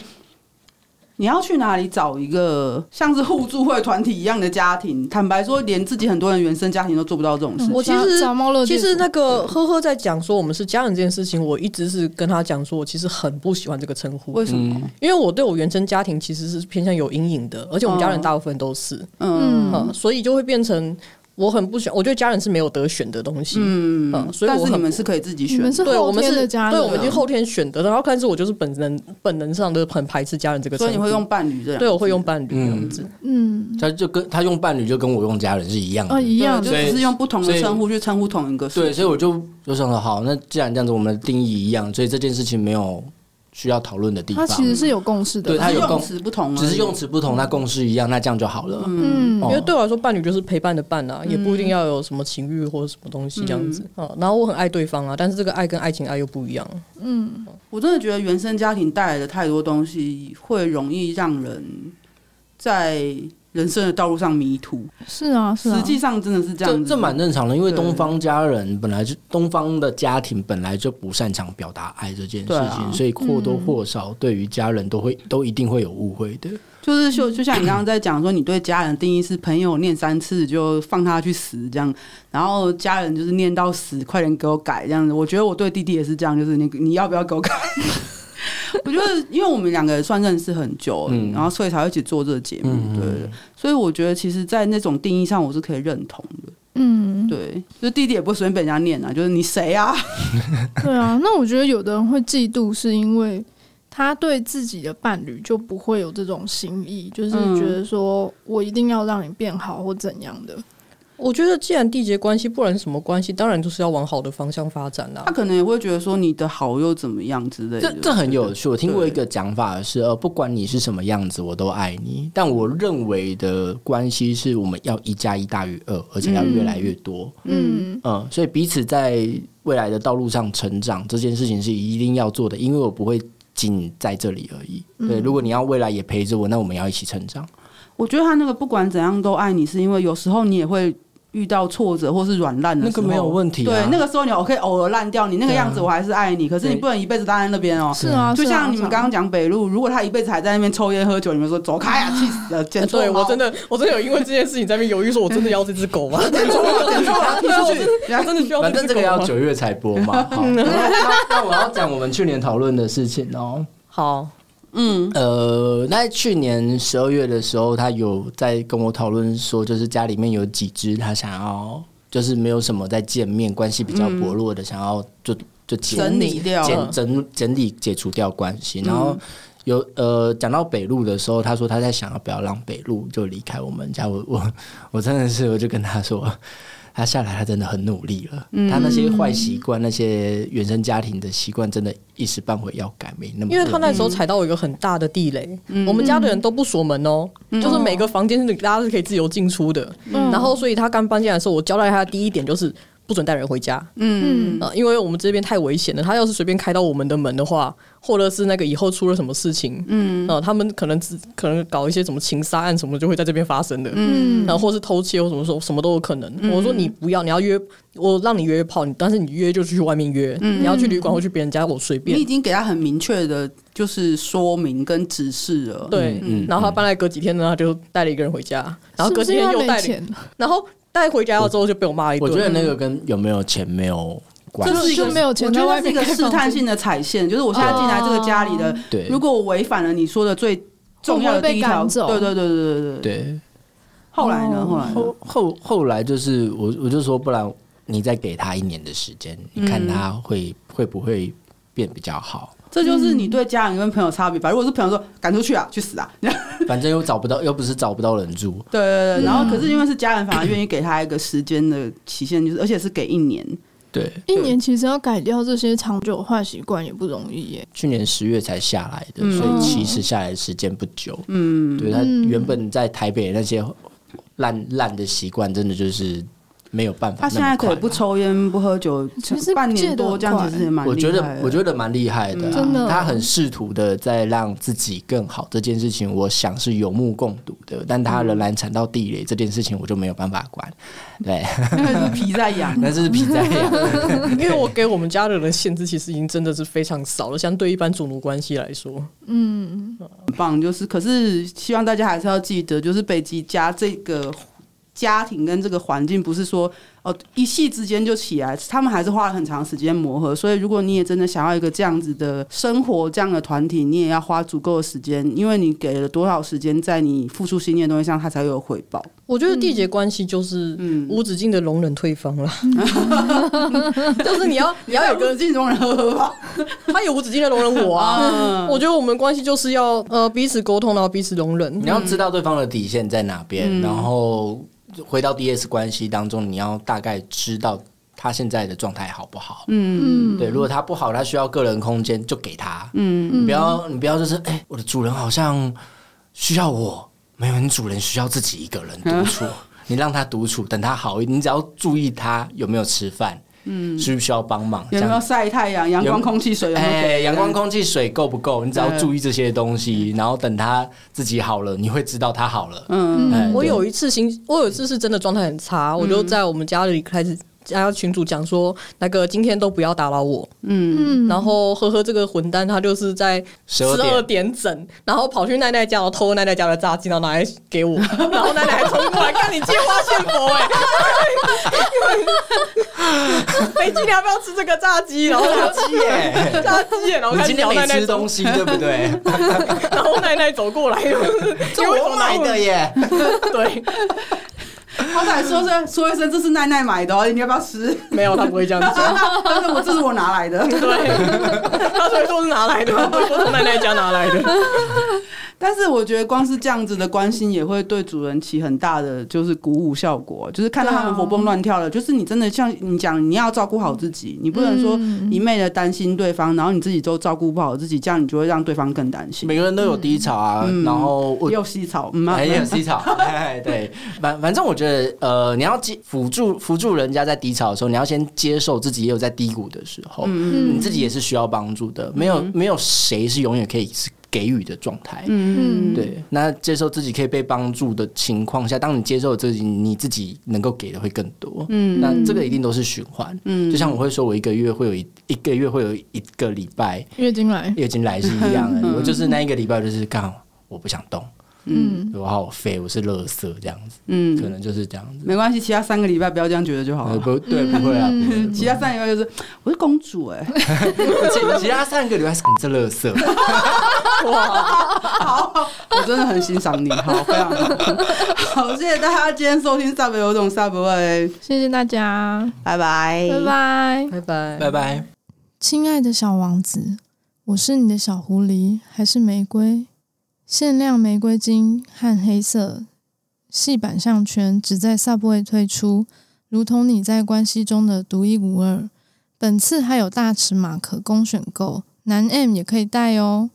[SPEAKER 4] 你要去哪里找一个像是互助会团体一样的家庭？坦白说，连自己很多人原生家庭都做不到这种事情。
[SPEAKER 1] 我其
[SPEAKER 3] 找
[SPEAKER 1] 实
[SPEAKER 3] 找嗯猫乐
[SPEAKER 1] 其
[SPEAKER 3] 界
[SPEAKER 1] 实
[SPEAKER 3] 所
[SPEAKER 1] 那个呵呵在讲说我们是家人这件事情，我一直是跟他讲说，我其实很不喜欢这个称呼，
[SPEAKER 4] 为什么？
[SPEAKER 1] 因为我对我原生家庭其实是偏向有阴影的，而且我们家人大部分都是，
[SPEAKER 4] 嗯
[SPEAKER 3] 嗯
[SPEAKER 1] 嗯，所以就会变成我很不喜欢，我觉得家人是没有得选的东西，
[SPEAKER 4] 嗯
[SPEAKER 1] 嗯所以
[SPEAKER 4] 但
[SPEAKER 1] 我
[SPEAKER 4] 是你
[SPEAKER 1] 很
[SPEAKER 4] 们是可以自己
[SPEAKER 3] 你
[SPEAKER 4] 选的。
[SPEAKER 3] 们是
[SPEAKER 1] 对，我
[SPEAKER 3] 后
[SPEAKER 1] 们
[SPEAKER 3] 天
[SPEAKER 1] 是
[SPEAKER 3] 的家人，
[SPEAKER 1] 对，我们已经后天选的，然后但是我就是本能本能上的很排斥家人这个称
[SPEAKER 4] 所
[SPEAKER 1] 呼，
[SPEAKER 4] 以你会用伴侣这样？
[SPEAKER 1] 对，我会用伴侣
[SPEAKER 2] 嗯
[SPEAKER 1] 这样子，
[SPEAKER 3] 嗯
[SPEAKER 2] 他就跟他用伴侣就跟我用家人是一样的。
[SPEAKER 3] 啊一
[SPEAKER 4] 对，
[SPEAKER 3] 样
[SPEAKER 4] 就
[SPEAKER 2] 所以
[SPEAKER 4] 只是用不同
[SPEAKER 2] 所以
[SPEAKER 4] 的称呼去称呼同一个事。
[SPEAKER 2] 对，所以我就就想说，好，那既然这样子，我们的定义一样，所以这件事情没有需要讨论的地
[SPEAKER 3] 他
[SPEAKER 2] 方。
[SPEAKER 3] 其实是有共识的
[SPEAKER 2] 对
[SPEAKER 3] 啦。
[SPEAKER 2] 他有
[SPEAKER 4] 用
[SPEAKER 2] 共
[SPEAKER 4] 词不同而已，
[SPEAKER 2] 只是用词不同，那共识一样，那这样就好了。
[SPEAKER 3] 嗯
[SPEAKER 2] 哦
[SPEAKER 1] 因为对我来说，伴侣就是陪伴的伴啊，也不一定要有什么情欲或者什么东西这样子啊。然后我很爱对方啊，但是这个爱跟爱情爱又不一样。
[SPEAKER 3] 嗯，
[SPEAKER 4] 我真的觉得原生家庭带来的太多东西，会容易让人在人生的道路上迷途。
[SPEAKER 3] 是啊，是啊。
[SPEAKER 4] 实际上真的是这样
[SPEAKER 2] 这
[SPEAKER 4] 子，
[SPEAKER 2] 这蛮正常的，因为
[SPEAKER 4] 对
[SPEAKER 2] 东方家人本来就东方的家庭本来就不擅长表达爱这件事情，
[SPEAKER 4] 对啊嗯
[SPEAKER 2] 所以或多或少对于家人都会都一定会有误会的。
[SPEAKER 4] 就是就就像你刚刚在讲说，你对家人的定义是朋友念三次就放他去死这样，然后家人就是念到死，快点给我改这样子。我觉得我对弟弟也是这样，就是你你要不要给我改？ 我觉得，因为我们两个算认识很久了，
[SPEAKER 2] 嗯
[SPEAKER 4] 然后所以才会一起做这个节目，
[SPEAKER 2] 嗯
[SPEAKER 4] 对对。所以我觉得，其实，在那种定义上，我是可以认同的。
[SPEAKER 3] 嗯，
[SPEAKER 4] 对，就是弟弟也不会随便被人家念啊，就是你谁啊？
[SPEAKER 3] 对啊。那我觉得有的人会嫉妒，是因为他对自己的伴侣就不会有这种心意，就是
[SPEAKER 4] 嗯
[SPEAKER 3] 觉得说我一定要让你变好或怎样的。
[SPEAKER 1] 我觉得既然缔结关系，不然什么关系，当然就是要往好的方向发展啦
[SPEAKER 4] 他。可能也会觉得说你的好又怎么样之类
[SPEAKER 2] 这
[SPEAKER 4] 的。
[SPEAKER 2] 这很有趣，我听过一个讲法是，呃，不管你是什么样子，我都爱你。但我认为的关系是我们要一加一大于二，而且要越来越多。
[SPEAKER 3] 嗯
[SPEAKER 2] 嗯，所以彼此在未来的道路上成长这件事情是一定要做的，因为我不会仅在这里而已。对，
[SPEAKER 4] 嗯
[SPEAKER 2] 如果你要未来也陪着我，那我们要一起成长。
[SPEAKER 4] 我觉得他那个不管怎样都爱你，是因为有时候你也会遇到挫折或是软烂的
[SPEAKER 2] 那
[SPEAKER 4] 时
[SPEAKER 2] 个
[SPEAKER 4] 候。
[SPEAKER 2] 没有问题、啊，
[SPEAKER 4] 对，那个时候你 OK 偶尔烂掉，你那个样子我还是爱你，可是你
[SPEAKER 2] 对
[SPEAKER 4] 不能一辈子待在那边哦。
[SPEAKER 3] 是啊，
[SPEAKER 4] 就是
[SPEAKER 3] 啊
[SPEAKER 4] 像你
[SPEAKER 3] 是
[SPEAKER 4] 们
[SPEAKER 3] 啊
[SPEAKER 4] 刚刚讲北路，如果他一辈子还在那边抽烟喝酒，你们说走开啊，气死了，捡错
[SPEAKER 1] 哎 对
[SPEAKER 4] 猫
[SPEAKER 1] 我真的，我真的有因为这件事情在那边犹豫，说我真的要这只狗吗？啊
[SPEAKER 4] 捡错 了，捡错了，踢出去。
[SPEAKER 1] 我真的需要
[SPEAKER 2] 反
[SPEAKER 1] 只
[SPEAKER 4] 啊
[SPEAKER 2] 正这
[SPEAKER 1] 狗
[SPEAKER 2] 个要
[SPEAKER 4] 哦
[SPEAKER 1] 吗
[SPEAKER 2] 九月才播 嘛。好，那那那我要讲我们去年讨论的事情哦。
[SPEAKER 1] 好，
[SPEAKER 4] 嗯，
[SPEAKER 2] 呃，那去年十二月的时候，他有在跟我讨论说，就是家里面有几只他想要，就是没有什么在见面，关系比较薄弱的，想要就就解
[SPEAKER 4] 整理掉
[SPEAKER 2] 整整整理解除掉关系，然后。有呃，讲到北路的时候，他说他在想要不要让北路就离开我们家。我 我我真的是，我就跟他说，他下来他真的很努力了。他那些坏习惯，那些原生家庭的习惯，真的一时半会要改没那么容易。
[SPEAKER 1] 因为他那时候踩到一个很大的地雷，
[SPEAKER 4] 嗯
[SPEAKER 1] 我们家的人都不锁门哦，就是每个房间是大家是可以自由进出的。
[SPEAKER 3] 嗯
[SPEAKER 1] 然后，所以他刚搬进来的时候，我交代他的第一点就是不准带人回家，
[SPEAKER 3] 嗯
[SPEAKER 1] 呃，因为我们这边太危险了。他要是随便开到我们的门的话，或者是那个以后出了什么事情，嗯，呃，他们可能只可能搞一些什么情杀案什么，就会在这边发生的。
[SPEAKER 3] 嗯
[SPEAKER 1] 然后或是偷窃或什么时候什么都有可能。我说你不要，你要约我让你约炮，你但是你约就去外面约，
[SPEAKER 3] 嗯
[SPEAKER 1] 你要去旅馆或去别人家我随
[SPEAKER 4] 你
[SPEAKER 1] 便
[SPEAKER 4] 已。经给他很明确的，就是说明跟指示了。
[SPEAKER 1] 对，
[SPEAKER 2] 嗯
[SPEAKER 1] 然后他搬来隔几天呢，他就带了一个人回家，然后
[SPEAKER 3] 是
[SPEAKER 1] 隔
[SPEAKER 3] 不
[SPEAKER 1] 几
[SPEAKER 3] 是因
[SPEAKER 1] 天
[SPEAKER 3] 为
[SPEAKER 1] 又
[SPEAKER 3] 他
[SPEAKER 1] 带
[SPEAKER 3] 没
[SPEAKER 1] 了，
[SPEAKER 3] 钱？
[SPEAKER 1] 然后带回家了之后就被我骂一
[SPEAKER 2] 我
[SPEAKER 1] 顿。
[SPEAKER 2] 觉得那个跟有没有钱没有关
[SPEAKER 3] 就
[SPEAKER 2] 系。
[SPEAKER 3] 是就没有
[SPEAKER 4] 我
[SPEAKER 3] 钱在
[SPEAKER 4] 觉得
[SPEAKER 3] 外
[SPEAKER 4] 是一
[SPEAKER 3] 面
[SPEAKER 4] 个
[SPEAKER 3] 开
[SPEAKER 4] 试
[SPEAKER 3] 房
[SPEAKER 4] 探
[SPEAKER 3] 间。
[SPEAKER 4] 性的踩线，就是我现在进来这个家里的，
[SPEAKER 2] 对
[SPEAKER 4] 如果我违反了你说的最重要的第一条，
[SPEAKER 3] 会不会被赶走
[SPEAKER 4] 对对对对对对。
[SPEAKER 2] 对，
[SPEAKER 4] 后来呢？
[SPEAKER 3] 哦
[SPEAKER 4] 后来呢？
[SPEAKER 2] 后后后来就是我我就说，不然你再给他一年的时间，你看他会、会不会变比较好？
[SPEAKER 4] 这就是你对家人跟朋友差别吧。如果是朋友说赶出去啊，去死啊，对
[SPEAKER 2] 反正又找不到，又 不是找不到人住。
[SPEAKER 4] 对对对。然后可是因为是家人，反而愿意给他一个时间的期限，就是而且是给一年。
[SPEAKER 2] 对，
[SPEAKER 3] 一年其实要改掉这些长久坏习惯也不容易耶。
[SPEAKER 2] 去年十月才下来的，所以其实下来的时间不久。
[SPEAKER 4] 嗯，
[SPEAKER 2] 对他原本在台北那些烂烂的习惯，真的就是没有办法
[SPEAKER 4] 他
[SPEAKER 2] 那么快嘛。
[SPEAKER 4] 现在可以不抽烟啊不喝酒，
[SPEAKER 3] 其实
[SPEAKER 4] 半
[SPEAKER 3] 戒
[SPEAKER 4] 年
[SPEAKER 3] 得
[SPEAKER 4] 多
[SPEAKER 3] 很
[SPEAKER 4] 这样
[SPEAKER 3] 快
[SPEAKER 4] 其实也蛮
[SPEAKER 2] 我
[SPEAKER 4] 厉
[SPEAKER 2] 觉
[SPEAKER 4] 害
[SPEAKER 2] 得
[SPEAKER 4] 的。
[SPEAKER 2] 我觉得蛮厉害的、啊，
[SPEAKER 3] 嗯真的哦
[SPEAKER 2] 他很试图的在让自己更好这件事情，我想是有目共睹的，但他仍然踩到地雷这件事情，我就没有办法管。对，。
[SPEAKER 4] 那个是皮在痒
[SPEAKER 2] 那是啊皮在 痒。
[SPEAKER 1] 因为我给我们家的人限制，其实已经真的是非常少了，相对一般主奴关系来说。
[SPEAKER 3] 嗯，
[SPEAKER 4] 很棒，就是可是希望大家还是要记得，就是北极家这个家庭跟这个环境，不是说哦一夕之间就起来，他们还是花了很长时间磨合。所以如果你也真的想要一个这样子的生活、这样的团体，你也要花足够的时间，因为你给了多少时间在你付出心力的东西上，它才会有回报。
[SPEAKER 1] 我觉得缔结关系就是
[SPEAKER 4] 嗯
[SPEAKER 1] 无止境的容忍对方啦， 就是你要你要有
[SPEAKER 4] 个
[SPEAKER 1] 个
[SPEAKER 4] 尽容人喝吧，
[SPEAKER 1] 他也无止境的容忍我啊
[SPEAKER 4] 嗯。
[SPEAKER 1] 我觉得我们关系就是要呃彼此沟通，然后彼此容忍
[SPEAKER 2] 你。要知道对方的底线
[SPEAKER 4] 嗯
[SPEAKER 2] 在哪边，然后回到 DS 关系当中，你要大概知道。他现在的状态好不好。
[SPEAKER 4] 嗯
[SPEAKER 3] 嗯，
[SPEAKER 2] 对，如果他不好，他需要个人空间，就给他。
[SPEAKER 4] 嗯，
[SPEAKER 2] 你不要，你不要，就是哎、我的主人好像需要我，没有，你主人需要自己一个人独处，
[SPEAKER 4] 嗯
[SPEAKER 2] 你让他独处，等他好一点，你只要注意他有没有吃饭，嗯，需不需要帮忙，这
[SPEAKER 4] 有没有
[SPEAKER 2] 样。
[SPEAKER 4] 晒太阳？阳光、空气、水有没有
[SPEAKER 2] 哎，
[SPEAKER 4] 给？
[SPEAKER 2] 阳光、空气、水够不够？你只要注意这些东西，然后等他自己好了，你会知道他好了。
[SPEAKER 4] 嗯，
[SPEAKER 2] 哎
[SPEAKER 1] 我
[SPEAKER 2] 对
[SPEAKER 1] 有一次心，我有一次是真的状态很差，我就在我们家里开始。家群主讲说，那个今天都不要打扰我。
[SPEAKER 3] 嗯，
[SPEAKER 1] 然后呵呵，这个混蛋他就是在十
[SPEAKER 2] 12点
[SPEAKER 1] 二点整，然后跑去奈奈家，然后偷奈奈家的炸鸡，然后拿来给我，然后奈奈还冲过来看你借花献佛、欸，哎，飞机你要不要吃这个炸鸡？然后炸鸡
[SPEAKER 2] 耶，
[SPEAKER 1] 炸鸡耶，然后
[SPEAKER 2] 你
[SPEAKER 1] 开始
[SPEAKER 2] 今
[SPEAKER 1] 聊
[SPEAKER 2] 天没
[SPEAKER 1] 奈奈
[SPEAKER 2] 吃东西，对不对？
[SPEAKER 1] 然后奈奈走过来，
[SPEAKER 2] 这我买的耶，
[SPEAKER 1] 对，
[SPEAKER 4] 好歹说声说一声，这是奈奈买的哦，你要不要吃？
[SPEAKER 1] 没有他不会这样 子讲。
[SPEAKER 4] 但是我这是我拿来的。
[SPEAKER 1] 对，他所以说是拿来的，不是说从奶奶家拿来的。
[SPEAKER 4] 但是我觉得光是这样子的关心，也会对主人起很大的就是鼓舞效果，就是看到他们活蹦乱跳了，就是你真的像你讲，你要照顾好自己，你不能说一昧的担心对方，然后你自己都照顾不好自己，这样你就会让对方更担 心。
[SPEAKER 2] 每个人都有低潮啊，
[SPEAKER 4] 嗯
[SPEAKER 2] 然后我
[SPEAKER 4] 又吸草，嗯啊
[SPEAKER 2] 很有 低潮，哎，对，反反正我觉得，呃，你要接辅助辅助人家在低潮的时候，你要先接受自己也有在低谷的时候，你自己也是需要帮助的，没有、没有谁是永远可以是给予的状态，
[SPEAKER 3] 嗯，
[SPEAKER 2] 对，那接受自己可以被帮助的情况下，当你接受自己，你自己能够给的会更多。嗯，那这个一定都是循环。嗯，就像我会说，我一个月会有一一个月会有一个礼拜
[SPEAKER 3] 月经来，
[SPEAKER 2] 月经来是一样的，我就是那一个礼拜就是刚我不想动，
[SPEAKER 3] 嗯，
[SPEAKER 2] 我好废，我是垃圾这样子，
[SPEAKER 4] 嗯
[SPEAKER 2] 可能就是这样子。
[SPEAKER 4] 没关系，其他三个礼拜不要这样觉得就好
[SPEAKER 2] 呃，
[SPEAKER 4] 了。
[SPEAKER 2] 不对，不会啊，不会
[SPEAKER 4] 其他三个礼拜就是我是公主哎、
[SPEAKER 2] 其其他上个礼拜是你 这垃圾，
[SPEAKER 4] 我真的很欣赏你，好，非常好，好，谢谢大家今天收听《萨博有种萨博味》，
[SPEAKER 3] 谢谢大家，
[SPEAKER 4] 拜
[SPEAKER 2] 哎
[SPEAKER 4] 拜，
[SPEAKER 3] 拜拜。
[SPEAKER 1] 拜拜
[SPEAKER 2] 拜拜。
[SPEAKER 3] 亲爱的小王子，我是你的小狐狸，还是玫瑰？限量玫瑰金和黑色细版项圈只在 Subway 推出，如同你在关系中的独一无二。本次还有大尺码可供选购，男 M 也可以戴哦。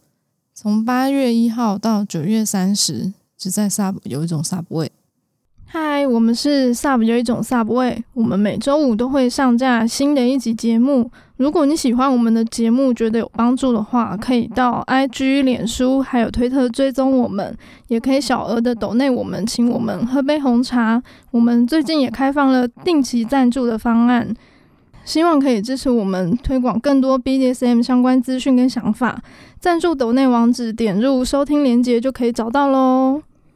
[SPEAKER 3] 从八月一号到九月三十，只在 Sub 有一种 Subway。嗨，我们是 Sub 有一种 Subway，我们每周五都会上架新的一集节目。如果你喜欢我们的节目，觉得有帮助的话，可以到 IG、脸书还有推特追踪我们，也可以小额的抖内我们，请我们喝杯红茶。我们最近也开放了定期赞助的方案，希望可以支持我们推广更多 BDSM 相关资讯跟想法。赞助抖内网址点入收听连接就可以找到喽。